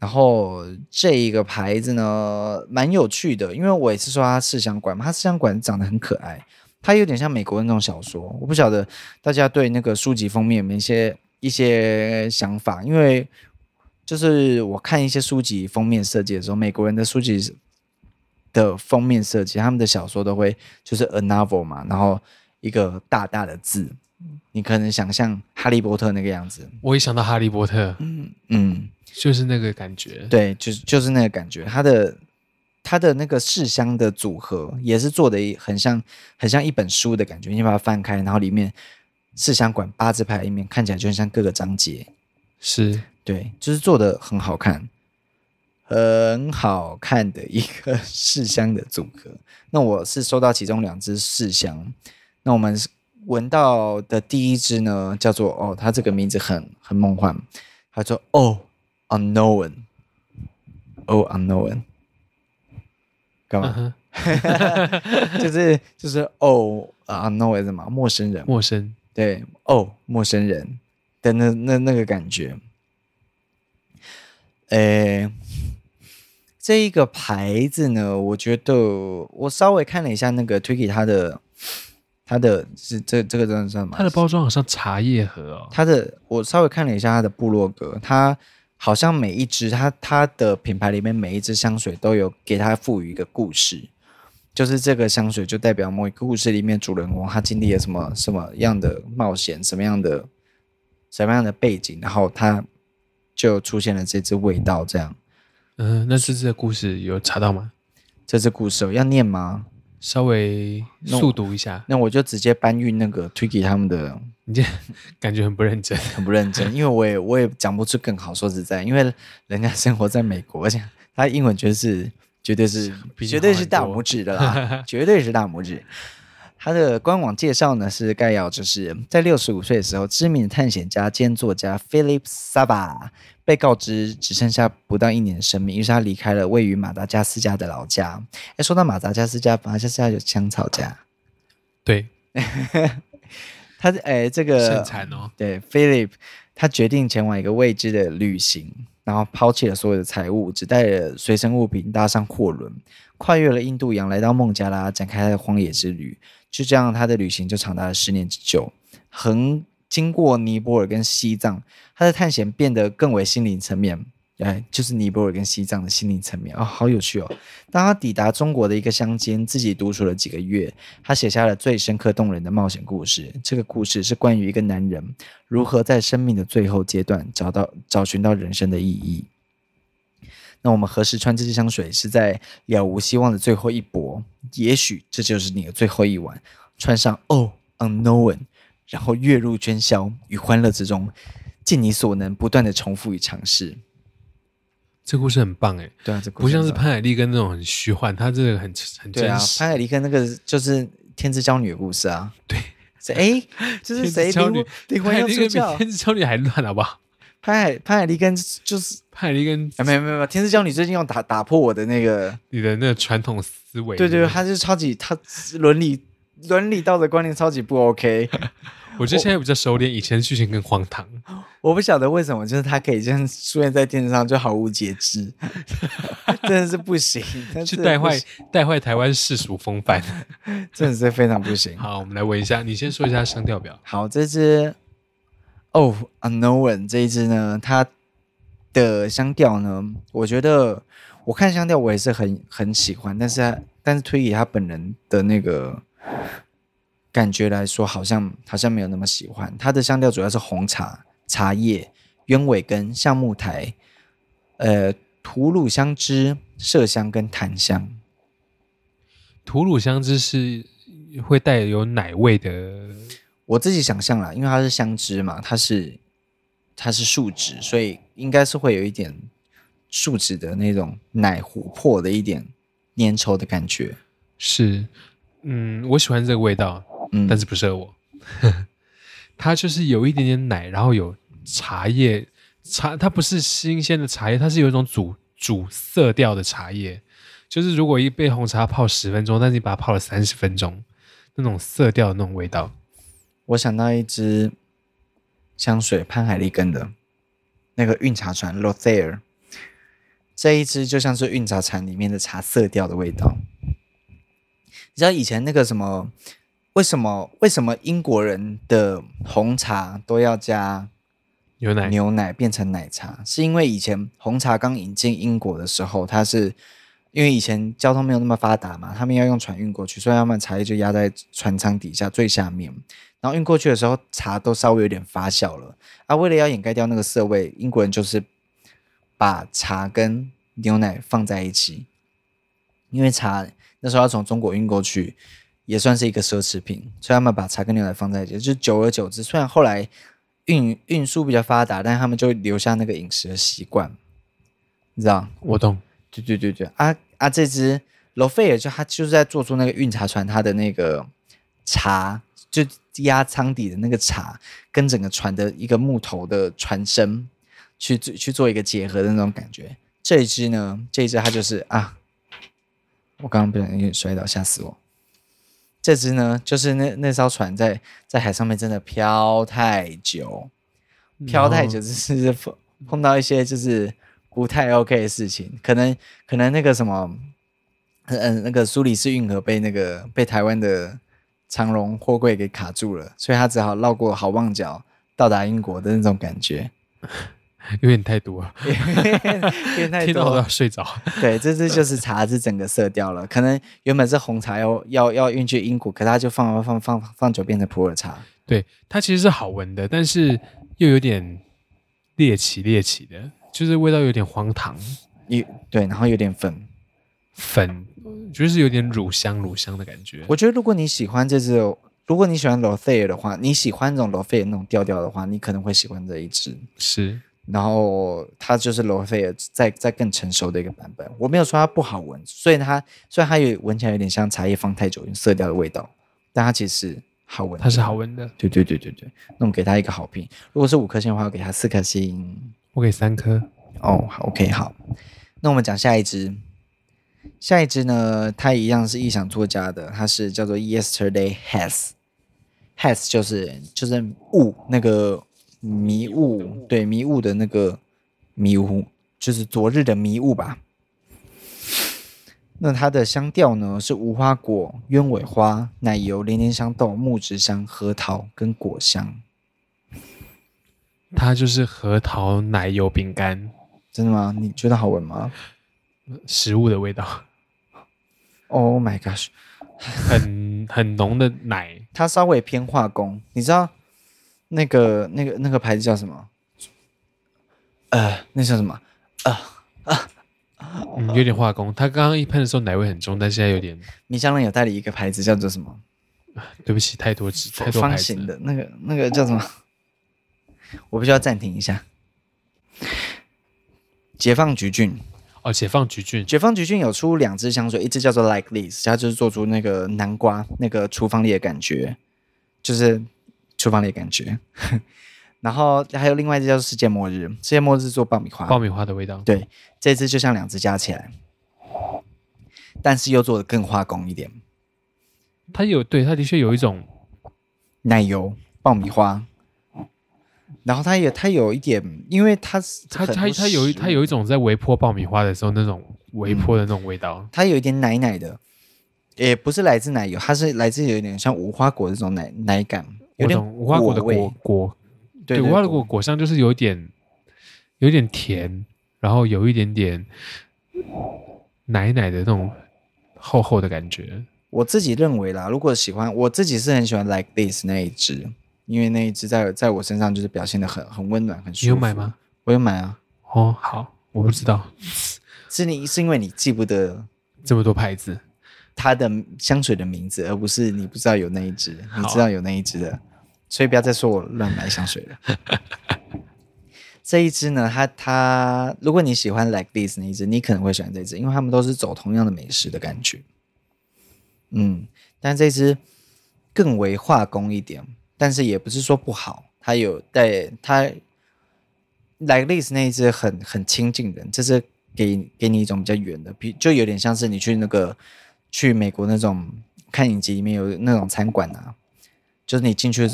Speaker 1: 然后这一个牌子呢，蛮有趣的，因为我也是说它试香馆嘛，它试香馆长得很可爱，它有点像美国那种小说。我不晓得大家对那个书籍封面有没有一些一些想法，因为就是我看一些书籍封面设计的时候，美国人的书籍的封面设计，他们的小说都会就是 a novel 嘛，然后一个大大的字，你可能想象哈利波特那个样子，
Speaker 2: 我一想到哈利波特，
Speaker 1: 嗯，
Speaker 2: 就是那个感觉。
Speaker 1: 对，就是就是那个感觉，它的它的那个试香的组合也是做的很像很像一本书的感觉，你把它翻开，然后里面试香馆八字牌里面看起来就很像各个章节，
Speaker 2: 是
Speaker 1: 对，就是做的很好看，很好看的一个 试香的组合。那我是收到其中两只试香，那我们闻到的第一只呢，叫做哦，它这个名字很很梦幻，它叫哦 unknown，哦 unknown，干
Speaker 2: 嗯
Speaker 1: 嘛？
Speaker 2: 哼，
Speaker 1: 就是 就是哦 unknown 什么陌生人嘛
Speaker 2: 陌生。
Speaker 1: 对哦，陌生人的那那那个感觉，诶，这一个牌子呢，我觉得我稍微看了一下那个 Tiki 它的它的是这这个真的算吗？
Speaker 2: 它的包装好像茶叶盒哦，
Speaker 1: 它的我稍微看了一下它的部落格，它好像每一支它它的品牌里面每一支香水都有给它赋予一个故事，就是这个香水就代表某一个故事里面主人公他经历了什么什么样的冒险，什么样的什么样的背景，然后他就出现了这支味道。这样，
Speaker 2: 嗯哼，那这次的故事有查到吗？
Speaker 1: 这支故事哦要念吗？
Speaker 2: 稍微
Speaker 1: 那我
Speaker 2: 速读一下，
Speaker 1: 那我就直接搬运那个 Tiki 他们的
Speaker 2: 你这 感觉很不认真。
Speaker 1: 很不认真，因为我也我也讲不出更好。说实在，因为人家生活在美国，而且他英文绝对是绝对是
Speaker 2: 比你
Speaker 1: 绝对是
Speaker 2: 好
Speaker 1: 大
Speaker 2: 很多
Speaker 1: 拇指的 啦，绝对是大拇指。他的官网介绍呢是概要，就是在六十五岁的时候，知名的探险家兼作家 Philip Saba 被告知只剩下不到一年的生命，于是他离开了位于马达加斯加的老家。哎，说到马达加斯加，马达加斯加有香草家，
Speaker 2: 对，
Speaker 1: 他哎这个
Speaker 2: 盛产哦，
Speaker 1: 对，Philip，他决定前往一个未知的旅行，然后抛弃了所有的财物，只带了随身物品，搭上货轮，跨越了印度洋，来到孟加拉，展开他的荒野之旅。就这样，他的旅行就长达了十年之久，横经过尼泊尔跟西藏，他的探险变得更为心灵层面。哎，就是尼泊尔跟西藏的心灵层面哦，好有趣哦！当他抵达中国的一个乡间，自己独处了几个月，他写下了最深刻动人的冒险故事。这个故事是关于一个男人如何在生命的最后阶段找到找寻到人生的意义。那我们何时穿这支香水是在了无希望的最后一搏？也许这就是你的最后一晚，穿上 Oh Unknown，然后月入喧嚣与欢乐之中，尽你所能，不断的重复与尝试。
Speaker 2: 这故事很棒哎，
Speaker 1: 对啊，这故
Speaker 2: 不
Speaker 1: 事
Speaker 2: 像是
Speaker 1: 很棒
Speaker 2: 潘海利根那种很虚幻，它这个很很
Speaker 1: 对
Speaker 2: 真
Speaker 1: 啊，
Speaker 2: 实。
Speaker 1: 潘海利根那个就是天之娇女的故事啊。对，谁 哎，就是谁
Speaker 2: 天之娇
Speaker 1: 灵魂
Speaker 2: 女
Speaker 1: 灵
Speaker 2: 潘
Speaker 1: 魂
Speaker 2: 海
Speaker 1: 要
Speaker 2: 利
Speaker 1: 出
Speaker 2: 根
Speaker 1: 窍
Speaker 2: 比？天之娇女还乱，好不好？
Speaker 1: 潘海潘海利根就是
Speaker 2: 潘海利根
Speaker 1: 啊，没有没有没有，天之娇女最近要打打破我的那个，
Speaker 2: 你的那个传统思维，
Speaker 1: 对对对，她是超级她伦理伦理道德观念超级不 OK，
Speaker 2: 我觉得现在比较收敛，以前剧情更荒唐。
Speaker 1: 我不晓得为什么，就是她可以这样出现在电视上就毫无节制， 真的是不 行，
Speaker 2: 去
Speaker 1: 真的
Speaker 2: 带
Speaker 1: 不
Speaker 2: 坏
Speaker 1: 行，
Speaker 2: 带坏台湾世俗风范。
Speaker 1: 真的是非常不行。
Speaker 2: 好，我们来闻一下，你先说一下声调表。
Speaker 1: 好，这支哦，Unknown 这一支呢，它的香调呢，我觉得我看香调我也是很很喜欢，但是它但是推以他本人的那个感觉来说，好像好像没有那么喜欢。它的香调主要是红茶、茶叶、鸢尾根、橡木苔、呃吐鲁香脂、麝香跟檀香。
Speaker 2: 吐鲁香脂是会带有奶味的，
Speaker 1: 我自己想象啦，因为它是香脂嘛，它是它是树脂，所以应该是会有一点树脂的那种奶琥珀的一点粘稠的感觉。
Speaker 2: 是，嗯，我喜欢这个味道，
Speaker 1: 嗯，
Speaker 2: 但是不 适合我。它就是有一点点奶，然后有茶叶茶，它不是新鲜的茶叶，它是有一种煮煮色调的茶叶，就是如果一杯红茶泡十分钟，但是你把它泡了三十分钟，那种色调的那种味道。
Speaker 1: 我想到一支香水，潘海利根的那个韵茶船 l o t h e r 这一支就像是韵茶船里面的茶色调的味道。你知道以前那个什么，为什么为什么英国人的红茶都要加
Speaker 2: 牛奶，
Speaker 1: 牛奶变成奶茶，是因为以前红茶刚引进英国的时候，它是因为以前交通没有那么发达嘛，他们要用船运过去，所以他们茶叶就压在船舱底下最下面。然后运过去的时候，茶都稍微有点发酵了。啊，为了要掩盖掉那个涩味，英国人就是把茶跟牛奶放在一起，因为茶那时候要从中国运过去，也算是一个奢侈品，所以他们把茶跟牛奶放在一起，就久而久之，虽然后来运运输比较发达，但是他们就留下那个饮食的习惯，你知道？
Speaker 2: 我懂。
Speaker 1: 对对对对，啊啊，这只罗菲尔就他就是在做出那个运茶船它的那个茶，就压舱底的那个茶，跟整个船的一个木头的船身去做去做一个结合的那种感觉。这一只呢，这一只它就是啊，我刚刚不小心摔倒，吓死我。这只呢，就是那那艘船在在海上面真的漂太久，漂太久就是 碰碰到一些就是不太 OK 的事情，可能可能那个什么，嗯嗯，那个苏黎世运河被那个被台湾的长荣货柜给卡住了，所以他只好绕过好望角到达英国的那种感觉，
Speaker 2: 有点太多了，
Speaker 1: 因为太
Speaker 2: 听
Speaker 1: 多
Speaker 2: 到我都
Speaker 1: 了
Speaker 2: 要睡着。
Speaker 1: 对，这支就是茶是整个色调了。可能原本是红茶要要要运去英国，可它就放放放放久变成普洱茶。
Speaker 2: 对，它其实是好闻的，但是又有点猎奇猎奇的，就是味道有点荒唐，
Speaker 1: 一对，然后有点粉。
Speaker 2: 粉就是有点乳香乳香的感觉。
Speaker 1: 我觉得如果你喜欢这支，如果你喜欢 l o t h e r 的话，你喜欢这种 l o t h e r 那种调调的话，你可能会喜欢这一支。
Speaker 2: 是
Speaker 1: 然后它就是罗菲尔再再更成熟的一个版本。我没有说它不好闻，所以它虽然它有闻起来有点像茶叶放太久色调的味道，但它其实好闻。
Speaker 2: 它是好。闻的，
Speaker 1: 对对对对对，那我们给它一个好评。如果是五颗星的话，我给它四颗星。
Speaker 2: 我给三颗。
Speaker 1: 哦，好，OK，好。那我们讲下一支，下一支呢，它一样是意想作家的，它是叫做 Yesterday Has。Has 就是就是雾那个迷雾，对迷雾的那个迷雾，就是昨日的迷雾吧。那它的香调呢是无花果、鸢尾花、奶油、连连香豆、木质香、核桃跟果香，
Speaker 2: 它就是核桃奶油饼干
Speaker 1: 真的吗？你觉得好闻吗
Speaker 2: 食物的味道，
Speaker 1: ？Oh my gosh！
Speaker 2: 很很浓的奶，
Speaker 1: 它稍微偏化工。你知道那个那个那个牌子叫什么？呃，那叫什么？
Speaker 2: 嗯，有点化工。它刚刚一喷的时候奶味很重，但现在有点，
Speaker 1: 米香人有代理一个牌子叫做什么？
Speaker 2: 对不起，太多汁，太多牌
Speaker 1: 方
Speaker 2: 子
Speaker 1: 形
Speaker 2: 了。
Speaker 1: 的那个那个叫什么？我必须要暂停一下。解放橘菌，
Speaker 2: 哦，解放橘菌，
Speaker 1: 解放橘菌有出两支香水，一支叫做 Like This，它就是做出那个南瓜那个厨房里的感觉，就是厨房里的感觉。 然后还有另外一支叫做世界末日，世界末日做爆米花，
Speaker 2: 爆米花的味道。
Speaker 1: 对，这只就像两只加起来，但是又做的更化工一点，
Speaker 2: 它有，对，它的确有一种
Speaker 1: 奶油、爆米花，然后它也它有一点，因为它是
Speaker 2: 它
Speaker 1: 很
Speaker 2: 它
Speaker 1: 多
Speaker 2: 它有一
Speaker 1: 食
Speaker 2: 它
Speaker 1: 物
Speaker 2: 有一种在微波爆米花的时候那种微波的那种味道，
Speaker 1: 它有一点奶奶的，也不是来自奶油，它是来自有点像无花果这种奶奶感，有
Speaker 2: 我
Speaker 1: 点
Speaker 2: 懂无花果的
Speaker 1: 味
Speaker 2: 果果，
Speaker 1: 对
Speaker 2: 无花果果香就是有点有点甜，然后有一点点奶奶的那种厚厚的感觉。
Speaker 1: 我自己认为啦，如果喜欢，我自己是很喜欢 Like This 那一只，因为那一只在在我身上就是表现的很很温暖，很舒服。
Speaker 2: 你有买吗？？
Speaker 1: 我有买啊，
Speaker 2: 哦，好，我不知道
Speaker 1: 是你是因为你记不得
Speaker 2: 这么多牌子，
Speaker 1: 它的香水的名字，而不是你不知道有那一支，
Speaker 2: 好
Speaker 1: 你知道有那一支的，所以不要再说我乱买香水了。这一支呢，它它，如果你喜欢 Like This 那一支，你可能会喜欢这一支，因为他们都是走同样的美食的感觉。嗯，但这支更为化工一点，但是也不是说不好，它有带它莱克利斯那一只很很亲近人，这是给给你一种比较远的，比就有点像是你去那个去美国那种看影集里面有那种餐馆啊，就是你进去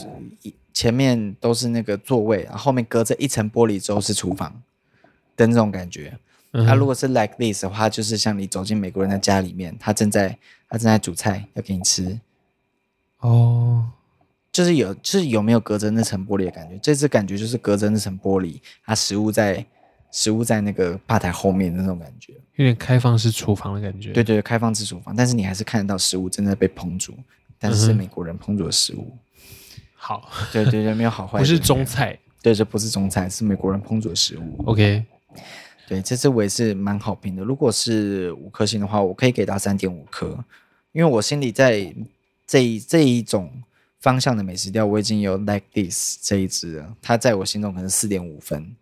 Speaker 1: 一前面都是那个座位，然后后面隔着一层玻璃之后是厨房的那种感觉。
Speaker 2: 嗯
Speaker 1: 它如果是 like this 的话，就是像你走进美国人的家里面，他正在他正在煮菜要给你吃，
Speaker 2: 哦，
Speaker 1: 就是有就是有没有隔着那层玻璃的感觉？这次感觉就是隔着那层玻璃，它食物在食物在那个吧台后面那种感觉。
Speaker 2: 有点开放式厨房的感觉。
Speaker 1: 对，对，对开放式厨房，但是你还是看得到食物正在被烹煮，但是是
Speaker 2: 嗯哼
Speaker 1: 美国人烹煮的食物。
Speaker 2: 好，
Speaker 1: 对对对，没有好坏，
Speaker 2: 不是中，菜。
Speaker 1: 对，这不是中菜，是美国人烹煮的食物。
Speaker 2: OK，
Speaker 1: 对，这次我也是蛮好评的。如果是五颗星的话，我可以给到三点五颗，因为我心里在这一这一种方向的美食调，我已经有 Like This 这一支了，它在我心中可能四点五分，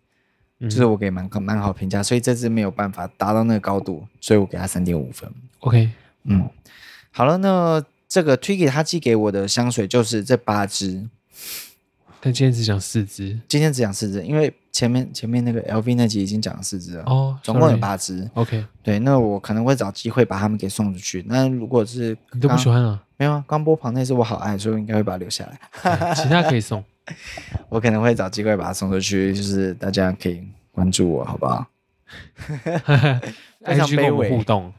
Speaker 2: 嗯
Speaker 1: 就是我给蛮高蛮好评价，所以这支没有办法达到那个高度，所以我给它三点五分。
Speaker 2: OK，
Speaker 1: 嗯，好了，那这个 Twiggy 他寄给我的香水就是这八支，
Speaker 2: 但今天只讲四支
Speaker 1: 今天只讲四支，因为前面前面那个 LV 那集已经讲了四支了，
Speaker 2: 哦，
Speaker 1: 总共有
Speaker 2: sorry
Speaker 1: 八支。
Speaker 2: OK，
Speaker 1: 对，那我可能会找机会把他们给送出去。那如果是
Speaker 2: 你都不
Speaker 1: 刚
Speaker 2: 喜 欢啊？
Speaker 1: 没有啊，刚波旁那是我好爱，所以我应该会把它留下来。
Speaker 2: 哎其他可以送。
Speaker 1: 我可能会找机会把它送出去，就是大家可以关注我，好不好？ 非常
Speaker 2: IG 跟我
Speaker 1: 卑微
Speaker 2: 们互动，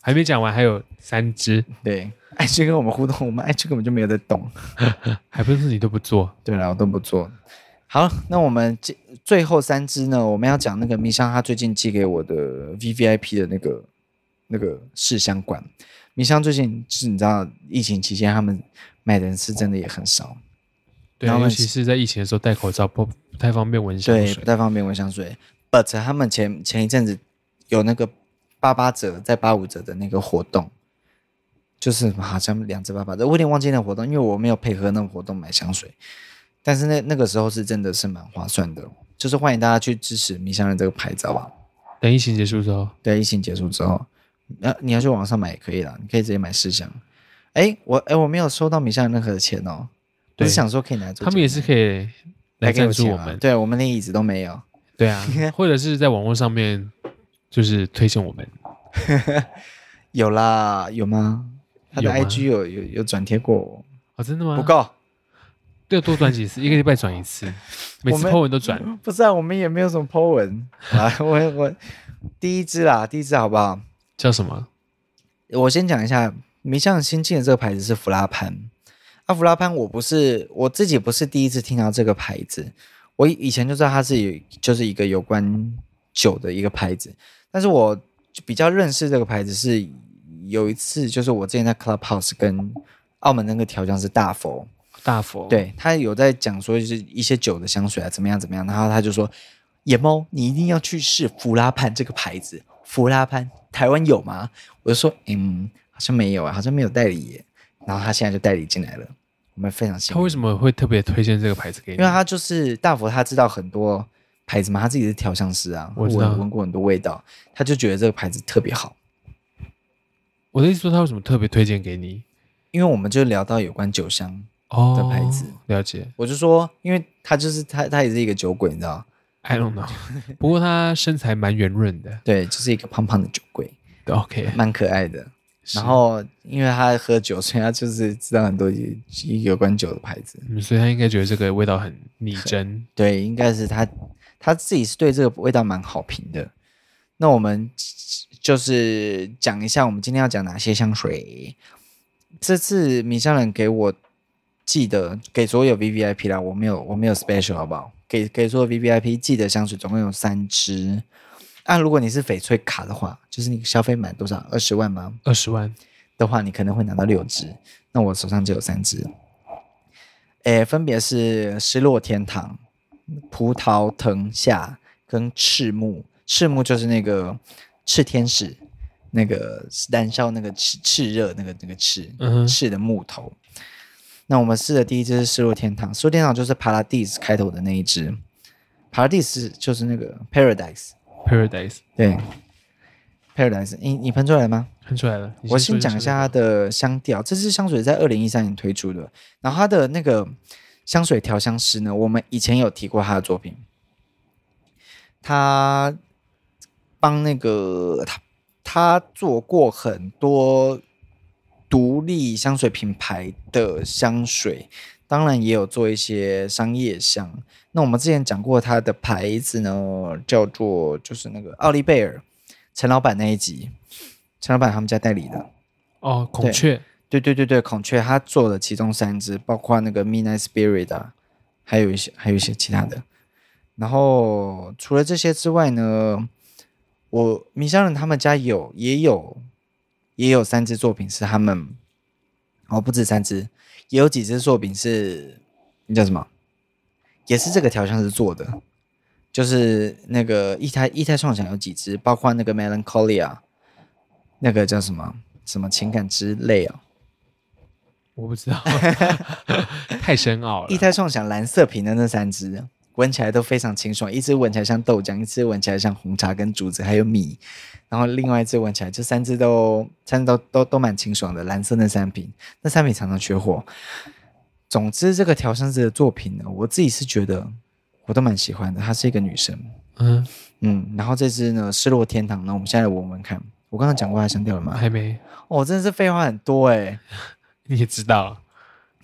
Speaker 2: 还没讲完，还有三支，
Speaker 1: 对，爱去跟我们互动，我们爱去根本就没有在动。
Speaker 2: 还不是你都不做。
Speaker 1: 对了，我都不做。好，那我们这最后三支呢，我们要讲那个米香他最近寄给我的 V V I P 的那个那个试香管。米香最近就是你知道，疫情期间他们买的人是真的也很少。
Speaker 2: 对，
Speaker 1: 然后
Speaker 2: 尤
Speaker 1: 呢
Speaker 2: 其是在疫情的时候戴口罩，不不太方便闻香
Speaker 1: 对，
Speaker 2: 水
Speaker 1: 不。太方便闻香水。But 他们前前一阵子有那个八八折在八五折的那个活动，就是好像两折八八折，我有点忘记那个活动，因为我没有配合那个活动买香水。但是那那个时候是真的是蛮划算的，哦就是欢迎大家去支持迷香人这个牌子，好不好？
Speaker 2: 等疫情结束之后，
Speaker 1: 对，疫情结束之后，呃，你要去网上买也可以啦，你可以直接买试香。哎，我哎我没有收到迷香人任何的钱哦，我
Speaker 2: 对
Speaker 1: 是想说可以拿来做
Speaker 2: 他们也是
Speaker 1: 节目
Speaker 2: 可以来
Speaker 1: 来给
Speaker 2: 赞
Speaker 1: 我
Speaker 2: 助
Speaker 1: 钱
Speaker 2: 我
Speaker 1: 啊
Speaker 2: 们。
Speaker 1: 对我们连椅子都没有。
Speaker 2: 对 啊，或者是在网络上面就是推荐我们。
Speaker 1: 有啦，有吗？他的
Speaker 2: 有吗
Speaker 1: IG 有有有转贴过我，
Speaker 2: 哦，真的吗？
Speaker 1: 不，够，
Speaker 2: 要多转几次，一个礼拜转 一次，每
Speaker 1: 我
Speaker 2: 次
Speaker 1: 们
Speaker 2: po 文都转。
Speaker 1: 不是啊，我们也没有什么 po 文啊。我我第一支啦，第一支好不好？
Speaker 2: 叫什么？
Speaker 1: 我先讲一下，迷象新进的这个牌子是弗拉潘。啊，弗拉潘，我不是我自己不是第一次听到这个牌子，我以以前就知道它是有就是一个有关酒的一个牌子，但是我比较认识这个牌子是有一次，就是我之前在 Clubhouse 跟澳门那个调香师大佛，
Speaker 2: 大佛。，
Speaker 1: 对他有在讲说就是一些酒的香水啊，怎么样怎么样，然后他就说，野猫，你一定要去试弗拉潘这个牌子，弗拉潘台湾有吗？我就说，嗯，好像没有啊，好像没有代理耶。然后他现在就代理进来了，我们非常幸
Speaker 2: 他
Speaker 1: 运
Speaker 2: 为，什么会特别推荐这个牌子给
Speaker 1: 因
Speaker 2: 你
Speaker 1: 为？他就是大佛，他知道很多牌子嘛，他自己是调香师啊，
Speaker 2: 我知道
Speaker 1: 闻闻过很多味道，他就觉得这个牌子特别好。
Speaker 2: 我的意思说，他为什么特别推荐给你？
Speaker 1: 因为我们就聊到有关酒香，
Speaker 2: 哦，
Speaker 1: 的牌子
Speaker 2: 了解。
Speaker 1: 我就说，因为他就是他，他也是一个酒鬼，你知道，
Speaker 2: I don't know，不过他身材蛮圆润的。
Speaker 1: 对，就是一个胖胖的酒鬼，
Speaker 2: OK，
Speaker 1: 蛮可爱的。
Speaker 2: 是
Speaker 1: 然后因为他喝酒，所以他就是知道很多有关酒的牌子。
Speaker 2: 嗯，所以他应该觉得这个味道很拟真。
Speaker 1: 对，应该是他他自己是对这个味道蛮好评的。那我们就是讲一下我们今天要讲哪些香水。这次米香人给我寄的给所有 V V I P 啦，我没有我没有 special 好不好？给给所有 V V I P 寄的香水总共有三支。啊，如果你是翡翠卡的话，就是你消费满多少？二十万吗？
Speaker 2: 二十万，
Speaker 1: 的话，你可能会拿到六支。那我手上只有三支，诶，分别是失落天堂、葡萄藤下跟赤木。赤木就是那个赤天使，那个燃烧那个炽炽热那个那个炽
Speaker 2: 嗯哼
Speaker 1: 炽的木头。那我们试的第一支是失落天堂，失落天堂就是 Paradise 开头的那一支，Paradise 就是那个 Paradise，
Speaker 2: Paradise
Speaker 1: 对，Paradise，你你喷出来吗？
Speaker 2: 喷出来了。你
Speaker 1: 我
Speaker 2: 说
Speaker 1: 先
Speaker 2: 就
Speaker 1: 讲
Speaker 2: 是
Speaker 1: 一下它的香调，这支香水在二零一三年推出的，然后它的那个香水调香师呢，我们以前有提过他的作品，他帮那个他他做过很多独立香水品牌的香水，当然也有做一些商业香。那我们之前讲过他的牌子呢，叫做就是那个奥利贝尔，陈老板那一集，陈老板他们家代理的。
Speaker 2: 哦，孔雀
Speaker 1: 对对对对，孔雀它做了其中三支，包括那个 Midnight Spirit 啊，还有一些还有一些其他的。然后除了这些之外呢，我米香人他们家有也有也有三支作品是他们，哦不止三支，也有几支作品是那叫什么，也是这个调香师做的，就是那个一胎一胎创想有几支，包括那个 Melancholia，那个叫什么什么情感之泪啊、
Speaker 2: 我不 知道，太深奥了。
Speaker 1: 一胎创想蓝色瓶的那三只，闻起来都非常清爽，一只闻起来像豆浆，一只闻起来像红茶跟竹子，还有米，然后另外一只闻起来，这三只都三只都都都蛮清爽的。蓝色那三瓶，那三瓶常常缺货。总之，这个调香师的作品呢，我自己是觉得我都蛮喜欢的。她是一个女生，
Speaker 2: 嗯，
Speaker 1: 嗯，然后这只呢，失落天堂呢，我们现在来闻闻看。我刚刚讲过它的香调了吗？
Speaker 2: 还没，
Speaker 1: 哦，真的是废话很多哎、
Speaker 2: 你也知道，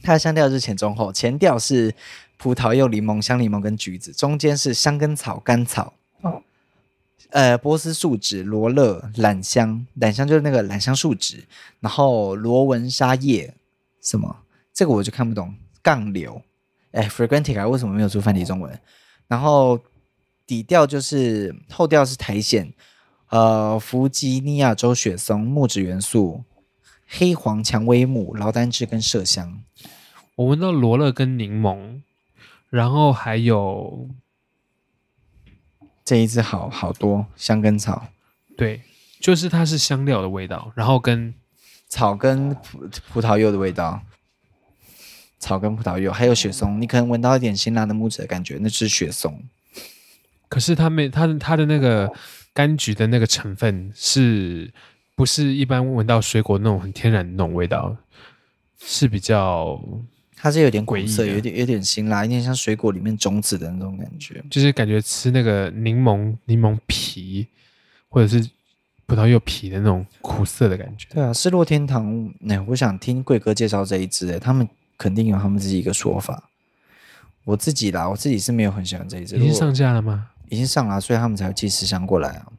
Speaker 1: 它的香调是前中后，前调是葡萄柚、柠檬、香柠檬跟橘子，中间是香根草、甘草，
Speaker 2: 哦
Speaker 1: 呃，波斯树脂、罗勒、榄香，榄香就是那个榄香树脂，然后罗纹沙叶，什么这个我就看不懂，杠流，哎，Fragrantica 为什么没有出繁体中文？然后底调就是后调是苔藓，呃，弗吉尼亚州雪松、木质元素、黑黄、蔷薇木、劳丹脂跟麝香。
Speaker 2: 我闻到罗勒跟柠檬，然后还有
Speaker 1: 这一支好好多香根草，
Speaker 2: 对，就是它是香料的味道，然后跟
Speaker 1: 草跟葡葡萄柚的味道，草跟葡萄柚，还有雪松，你可能闻到一点辛辣的木质的感觉，那是雪松。
Speaker 2: 可是它没它的它的那个柑橘的那个成分是不是一般闻到水果那种很天然的那种味道，是比较
Speaker 1: 它是有点苦
Speaker 2: 诡
Speaker 1: 涩，
Speaker 2: 异的
Speaker 1: 有点有点辛辣，有点像水果里面种子的那种感觉。
Speaker 2: 就是感觉吃那个柠檬柠檬皮或者是葡萄柚皮的那种苦涩的感觉。
Speaker 1: 对啊，失落天堂，那、我想听贵哥介绍这一支、欸，他们肯定有他们自己一个说法。我自己啦，我自己是没有很喜欢这一支，
Speaker 2: 已经
Speaker 1: 如果
Speaker 2: 上架了吗？
Speaker 1: 已经上了，所以他们才会寄思想过来啊。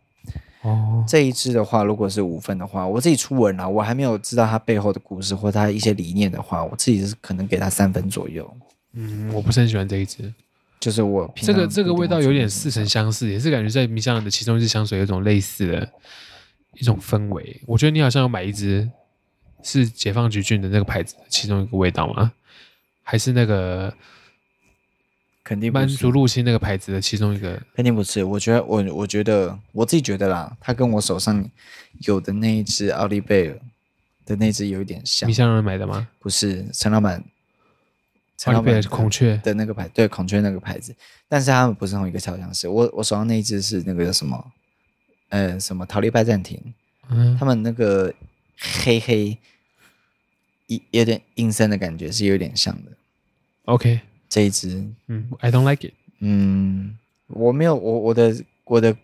Speaker 2: 哦，
Speaker 1: 这一支的话，如果是五分的话，我自己初吻了，我还没有知道它背后的故事或它一些理念的话，我自己是可能给它三分左右。
Speaker 2: 嗯，我不是很喜欢这一支。
Speaker 1: 就是我平
Speaker 2: 这
Speaker 1: 常
Speaker 2: 个这个
Speaker 1: 不一
Speaker 2: 味
Speaker 1: 定
Speaker 2: 道
Speaker 1: 会
Speaker 2: 有
Speaker 1: 注意
Speaker 2: 点似曾相识，也是感觉在迷香人的其中一支香水有种类似的一种氛围。我觉得你好像有买一支是解放橘菌的那个牌子的其中一个味道吗？还是那个
Speaker 1: 肯定不
Speaker 2: 曼
Speaker 1: 是
Speaker 2: 竹，露西那个牌子的其中一个？
Speaker 1: 肯定不是。我觉得我我觉得我自己觉得啦，它跟我手上有的那一只奥利贝尔的那只有一点像
Speaker 2: 迷，香人买的吗？哦
Speaker 1: 不是陈老板，陈
Speaker 2: 奥
Speaker 1: 老
Speaker 2: 利贝
Speaker 1: 板
Speaker 2: 尔孔雀
Speaker 1: 的那个牌，对孔雀那个牌子，但是他们不是同一个调香师。我我手上那一只是那个叫什么，呃，什么逃离拜占庭。
Speaker 2: 嗯
Speaker 1: 他们那个黑黑一有点阴森的感觉是有点像的。
Speaker 2: ，OK，
Speaker 1: 这一支，
Speaker 2: 嗯，I don't like it。
Speaker 1: 嗯，我没有我我的我的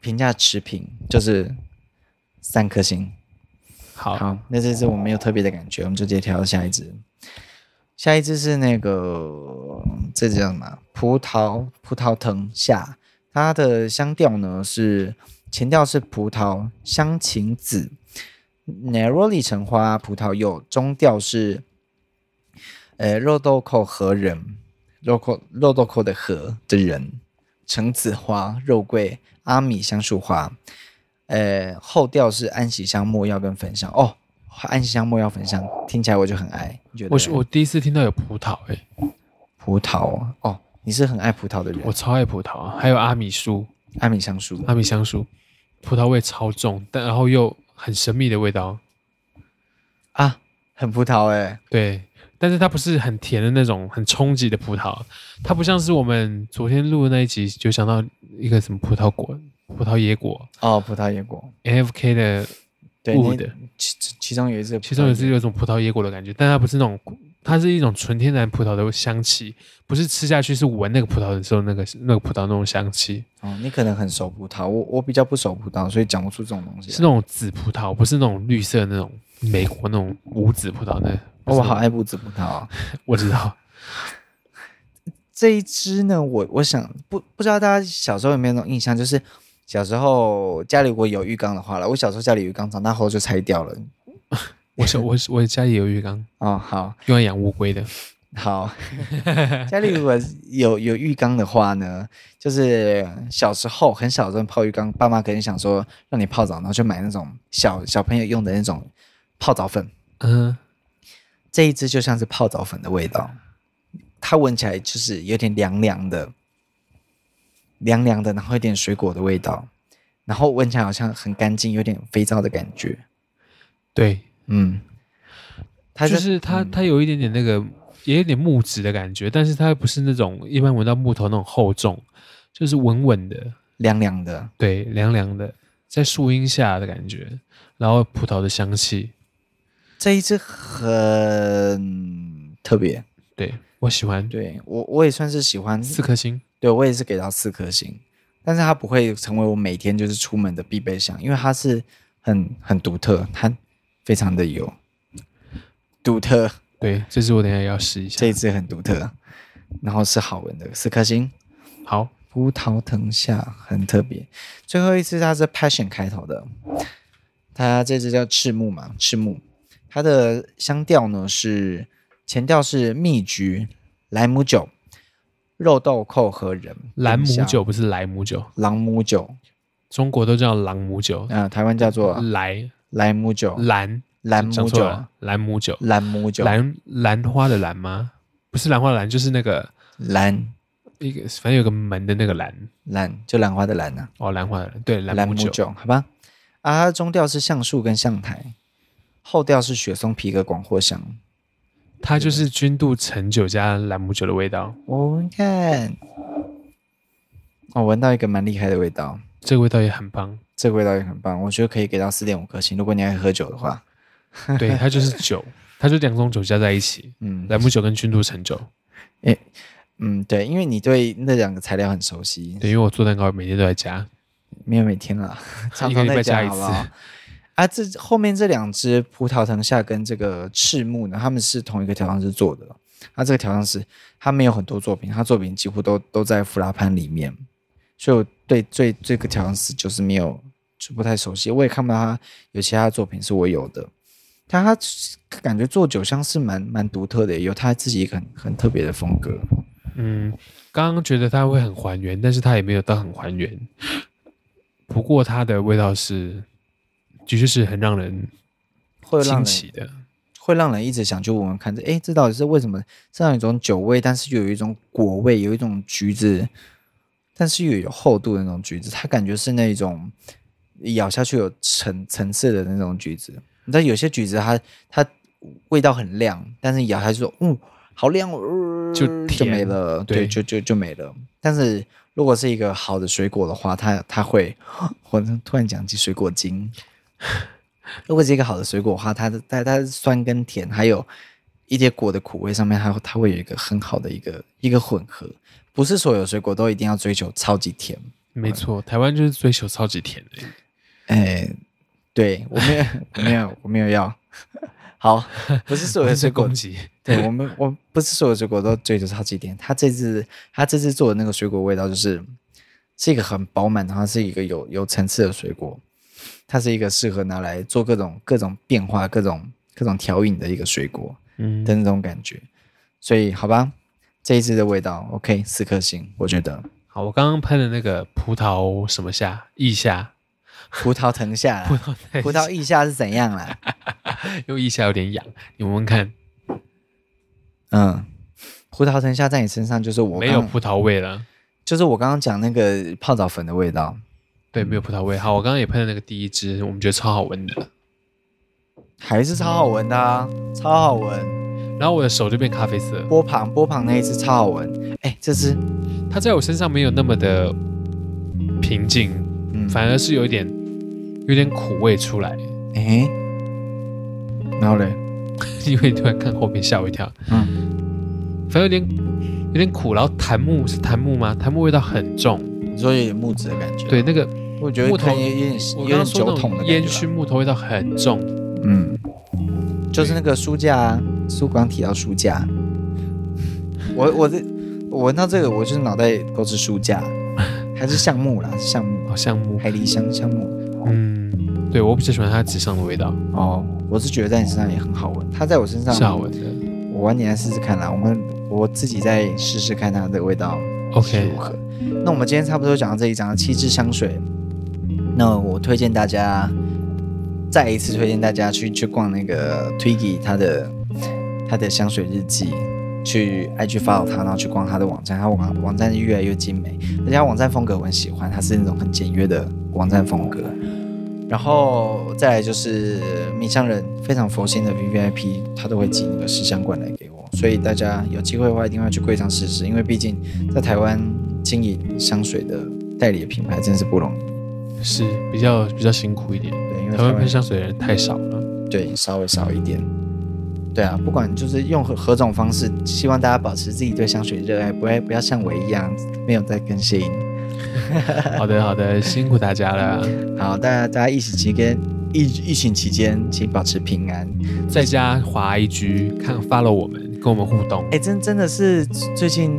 Speaker 1: 评价持平，就是三颗星。
Speaker 2: 好，
Speaker 1: 好，那这支我没有特别的感觉，我们就直接跳到下一支。下一支是那个这支叫什么啊？葡萄葡萄藤下，它的香调呢是前调是葡萄香芹子，neroli 橙花葡萄柚，中调是呃肉豆蔻和仁，肉蔻肉豆蔻的和的仁，橙子花、肉桂、阿米香树花，呃，后调是安息香、没药跟焚香。哦，安息香、没药、焚香，听起来我就很爱。你觉得？
Speaker 2: 我是我第一次听到有葡萄、欸，诶，
Speaker 1: 葡萄哦哦，你是很爱葡萄的人
Speaker 2: 我。超爱葡萄啊，还有阿米树，
Speaker 1: 阿米香树，
Speaker 2: 阿米香树，葡萄味超重，但然后又很神秘的味道。
Speaker 1: 啊，很葡萄哎、
Speaker 2: 对，但是它不是很甜的那种，很冲击的葡萄，啊它不像是我们昨天录的那一集就想到一个什么葡萄果、葡萄野果
Speaker 1: 哦，葡萄野果，
Speaker 2: N F K 的
Speaker 1: 对，
Speaker 2: 雾
Speaker 1: 你
Speaker 2: 的，
Speaker 1: 其其其中有一只，
Speaker 2: 其中也是有一种葡萄野果的感觉，但它不是那种它是一种纯天然葡萄的香气，不是吃下去是闻那个葡萄的时候那个那个葡萄那种香气，
Speaker 1: 哦，你可能很熟葡萄，我我比较不熟葡萄，所以讲不出这种东西
Speaker 2: 是
Speaker 1: 来。
Speaker 2: 那种紫葡萄，不是那种绿色那种美国那种无籽葡萄那。
Speaker 1: 嗯哦，我好爱不止葡萄、啊。
Speaker 2: 我知 道，
Speaker 1: 这一支呢，我我想不不知道大家小时候有没有那种印象，就是小时候家里如果有浴缸的话了，我小时候家里有浴缸，长大后就拆掉了。
Speaker 2: 我小我我家里有浴缸，
Speaker 1: 哦，好
Speaker 2: 用来养乌 龟的。
Speaker 1: 好，家里如果有有浴缸的话呢，就是小时候很小的时候泡浴缸，爸妈可能想说让你泡澡，然后就买那种小小朋友用的那种泡澡粉，
Speaker 2: 嗯，
Speaker 1: 这一支就像是泡澡粉的味道，它闻起来就是有点凉凉的，凉凉的，然后有点水果的味道，然后闻起来好像很干净，有点肥皂的感觉。
Speaker 2: 对，
Speaker 1: 嗯，它、
Speaker 2: 就是
Speaker 1: 嗯
Speaker 2: 是它它有一点点那个，也有点木质的感觉，但是它不是那种一般闻到木头那种厚重，就是稳稳的，
Speaker 1: 凉凉的，
Speaker 2: 对，凉凉的，在树荫下的感觉，然后葡萄的香气，
Speaker 1: 这一支很特别。
Speaker 2: 对我喜欢，
Speaker 1: 对我我也算是喜欢，
Speaker 2: 四颗星，
Speaker 1: 对我也是给到四颗星，但是它不会成为我每天就是出门的必备项，因为它是很很独特，它非常的有独特。
Speaker 2: 对，这支我等一下也要试一下
Speaker 1: 这。一支很独特，然后是好闻的，四颗星。
Speaker 2: 好，
Speaker 1: 葡萄藤下很特别，最后一支它是 passion 开头的，它这支叫赤木嘛，赤木，它的香调呢是前调是蜜橘、莱姆酒、肉豆蔻和仁、
Speaker 2: 兰姆
Speaker 1: 丁香、
Speaker 2: 酒不是莱姆酒，
Speaker 1: 朗姆酒，
Speaker 2: 中国都叫朗姆酒，
Speaker 1: 啊、台湾叫做
Speaker 2: 莱
Speaker 1: 莱姆酒、
Speaker 2: 兰
Speaker 1: 兰
Speaker 2: 嗯讲
Speaker 1: 姆
Speaker 2: 错
Speaker 1: 酒
Speaker 2: 了、，兰姆酒，
Speaker 1: 兰姆酒、
Speaker 2: 兰兰花的兰吗？不是兰花的兰，就是那个
Speaker 1: 兰
Speaker 2: 一个，反正有个门的那个兰
Speaker 1: 兰就兰花的兰呐、啊
Speaker 2: 哦，兰花的兰，对，兰
Speaker 1: 兰
Speaker 2: 姆
Speaker 1: 姆
Speaker 2: 酒。
Speaker 1: 酒，好吧？啊，它的中调是橡树跟橡苔，后调是雪松皮革广藿香。
Speaker 2: 它就是君度橙酒加兰姆酒的味道，
Speaker 1: 我闻看，我闻到一个蛮厉害的味道，
Speaker 2: 这个味道也很 棒。
Speaker 1: 这个味道也很棒，我觉得可以给到四点五颗星。如果你爱喝酒的话，
Speaker 2: 对，它就是酒，它就两种酒加在一起，
Speaker 1: 嗯
Speaker 2: 兰姆酒跟君度橙酒。
Speaker 1: 嗯，对，因为你对那两个材料很熟悉，
Speaker 2: 对，因为我做蛋糕每天都在加，
Speaker 1: 没有每天 啦，常
Speaker 2: 一个
Speaker 1: 常
Speaker 2: 礼
Speaker 1: 在
Speaker 2: 拜加
Speaker 1: 家，
Speaker 2: 一
Speaker 1: 好不
Speaker 2: 次。
Speaker 1: 好？啊，这后面这两只葡萄藤下跟这个赤木呢，他们是同一个调香师做的。那、这个调香师他没有很多作品，他作品几乎都都在弗拉潘里面，所以我对最这个调香师就是没有就不太熟悉，我也看不到他有其他作品是我有的。但他感觉做酒香是蛮蛮独特的，有他自己一个很很特别的风格。
Speaker 2: 嗯，刚刚觉得它会很还原，但是它也没有到很还原。不过它的味道是，的确是很让人
Speaker 1: 会让
Speaker 2: 惊
Speaker 1: 人
Speaker 2: 奇的。
Speaker 1: 会让人一直想去闻闻看，这诶，这到底是为什么？这样一种酒味，但是又有一种果味，有一种橘子，但是又有厚度的那种橘子，它感觉是那种咬下去有层层次的那种橘子。你知道有些橘子它它味道很亮，但是咬下去说，嗯，好亮哦，呃
Speaker 2: 就
Speaker 1: 就
Speaker 2: 甜
Speaker 1: 没了，对，
Speaker 2: 对
Speaker 1: 就就就没了。但是如果是一个好的水果的话，它它会， 我突然讲起水果精。如果是一个好的水果的话，它的它它的酸跟甜，还有一些果的苦味上面，它它会有一个很好的一个一个混合。不是所有水果都一定要追求超级甜。
Speaker 2: 没错，台湾就是追求超级甜的。
Speaker 1: 哎，对我没有 我没有我没有要。 好，不是所有
Speaker 2: 我
Speaker 1: 的
Speaker 2: 是
Speaker 1: 水果
Speaker 2: 攻，击，
Speaker 1: 对我们我不是所有水果都追求超级甜。它这次它这次做的那个水果味道就是是一个很饱满，然后是一个有有层次的水果。它是一个适合拿来做各种各种变化、各种各种调饮的一个水果。
Speaker 2: 嗯，
Speaker 1: 的那种感觉。所以好吧，这一支的味道 OK，四颗星，我觉得
Speaker 2: 好，我刚刚喷的那个葡萄什么下意下，
Speaker 1: 葡萄藤下啦，葡萄意下是怎样啦？
Speaker 2: 用意下有点痒，你闻闻看，
Speaker 1: 嗯，葡萄藤下在你身上就是我
Speaker 2: 没有
Speaker 1: 刚
Speaker 2: 葡萄味了。
Speaker 1: 就是我刚刚讲那个泡澡粉的味道。嗯
Speaker 2: 对，没有葡萄味。好，我刚刚也喷了那个第一支，我们觉得超好闻的。
Speaker 1: 还是超好闻的、啊，超好闻！
Speaker 2: 然后我的手就变咖啡色，
Speaker 1: 波旁波旁那一只超好闻，哎，这只
Speaker 2: 它在我身上没有那么的平静，
Speaker 1: 嗯，
Speaker 2: 反而是有一点有点苦味出来。
Speaker 1: 哎，然后嘞，
Speaker 2: 因为突然看后面吓我一跳。
Speaker 1: 嗯
Speaker 2: 反正有点有点苦，然后檀木是檀木吗？檀木味道很重，
Speaker 1: 你说有点木质的感觉，
Speaker 2: 对，，那个
Speaker 1: 我觉得
Speaker 2: 木头
Speaker 1: 看有点有
Speaker 2: 我刚
Speaker 1: 点
Speaker 2: 刚说
Speaker 1: 酒
Speaker 2: 那
Speaker 1: 桶
Speaker 2: 种
Speaker 1: 的
Speaker 2: 烟
Speaker 1: 感
Speaker 2: 熏
Speaker 1: 觉吧，
Speaker 2: 木头味道很重，
Speaker 1: 嗯，就是那个书架啊，苏光提到书架，啊我我这我闻到这个，我就是脑袋都是书架，还是橡木啦，是橡木，
Speaker 2: 好像木，
Speaker 1: 海狸香橡木，
Speaker 2: 嗯，对我比较喜欢它纸上的味道，
Speaker 1: 哦，我是觉得在你身上也很好闻，它在我身上
Speaker 2: 是好闻的。
Speaker 1: 我晚点来试试看啦，我们我自己再试试看它的味道是
Speaker 2: OK，
Speaker 1: 如何。那我们今天差不多讲到这里，讲了七支香水。那我推荐大家，再一次推荐大家去去逛那个 Twiggy 它的它的香水日记，去 IG follow 它，然后去逛它的网站，它网网站越来越精美，而且它网站风格我很喜欢，它是那种很简约的网站风格。然后再来就是迷香人非常佛心的 V V I P，他都会寄那个试香罐来给我，所以大家有机会的话一定要去柜上试试，因为毕竟在台湾经营香水的代理的品牌真是不容易。
Speaker 2: 是比较比较辛苦一点，
Speaker 1: 对，因为
Speaker 2: 台湾喷香水的人太少了。
Speaker 1: 对稍微少一点。对啊，不管就是用何何种方式，希望大家保持自己对香水热爱，不要不要像我一样没有在更新。
Speaker 2: 好的 好的，辛苦大家了，
Speaker 1: 好，大家大家疫情期间疫疫情期间，请保持平安。
Speaker 2: 在家滑 IG 看 follow 我们，跟我们互动
Speaker 1: 哎、。真真的是最近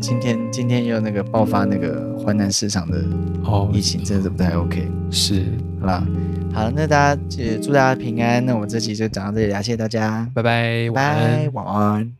Speaker 1: 今天今天又那个爆发那个华南市场的
Speaker 2: 哦
Speaker 1: 疫，情，真的是不太 OK，
Speaker 2: 是，
Speaker 1: 好啦，好，那大家也祝大家平安，那我们这期就讲到这里啦，谢谢大家，
Speaker 2: 拜拜，晚安
Speaker 1: 拜，。晚安。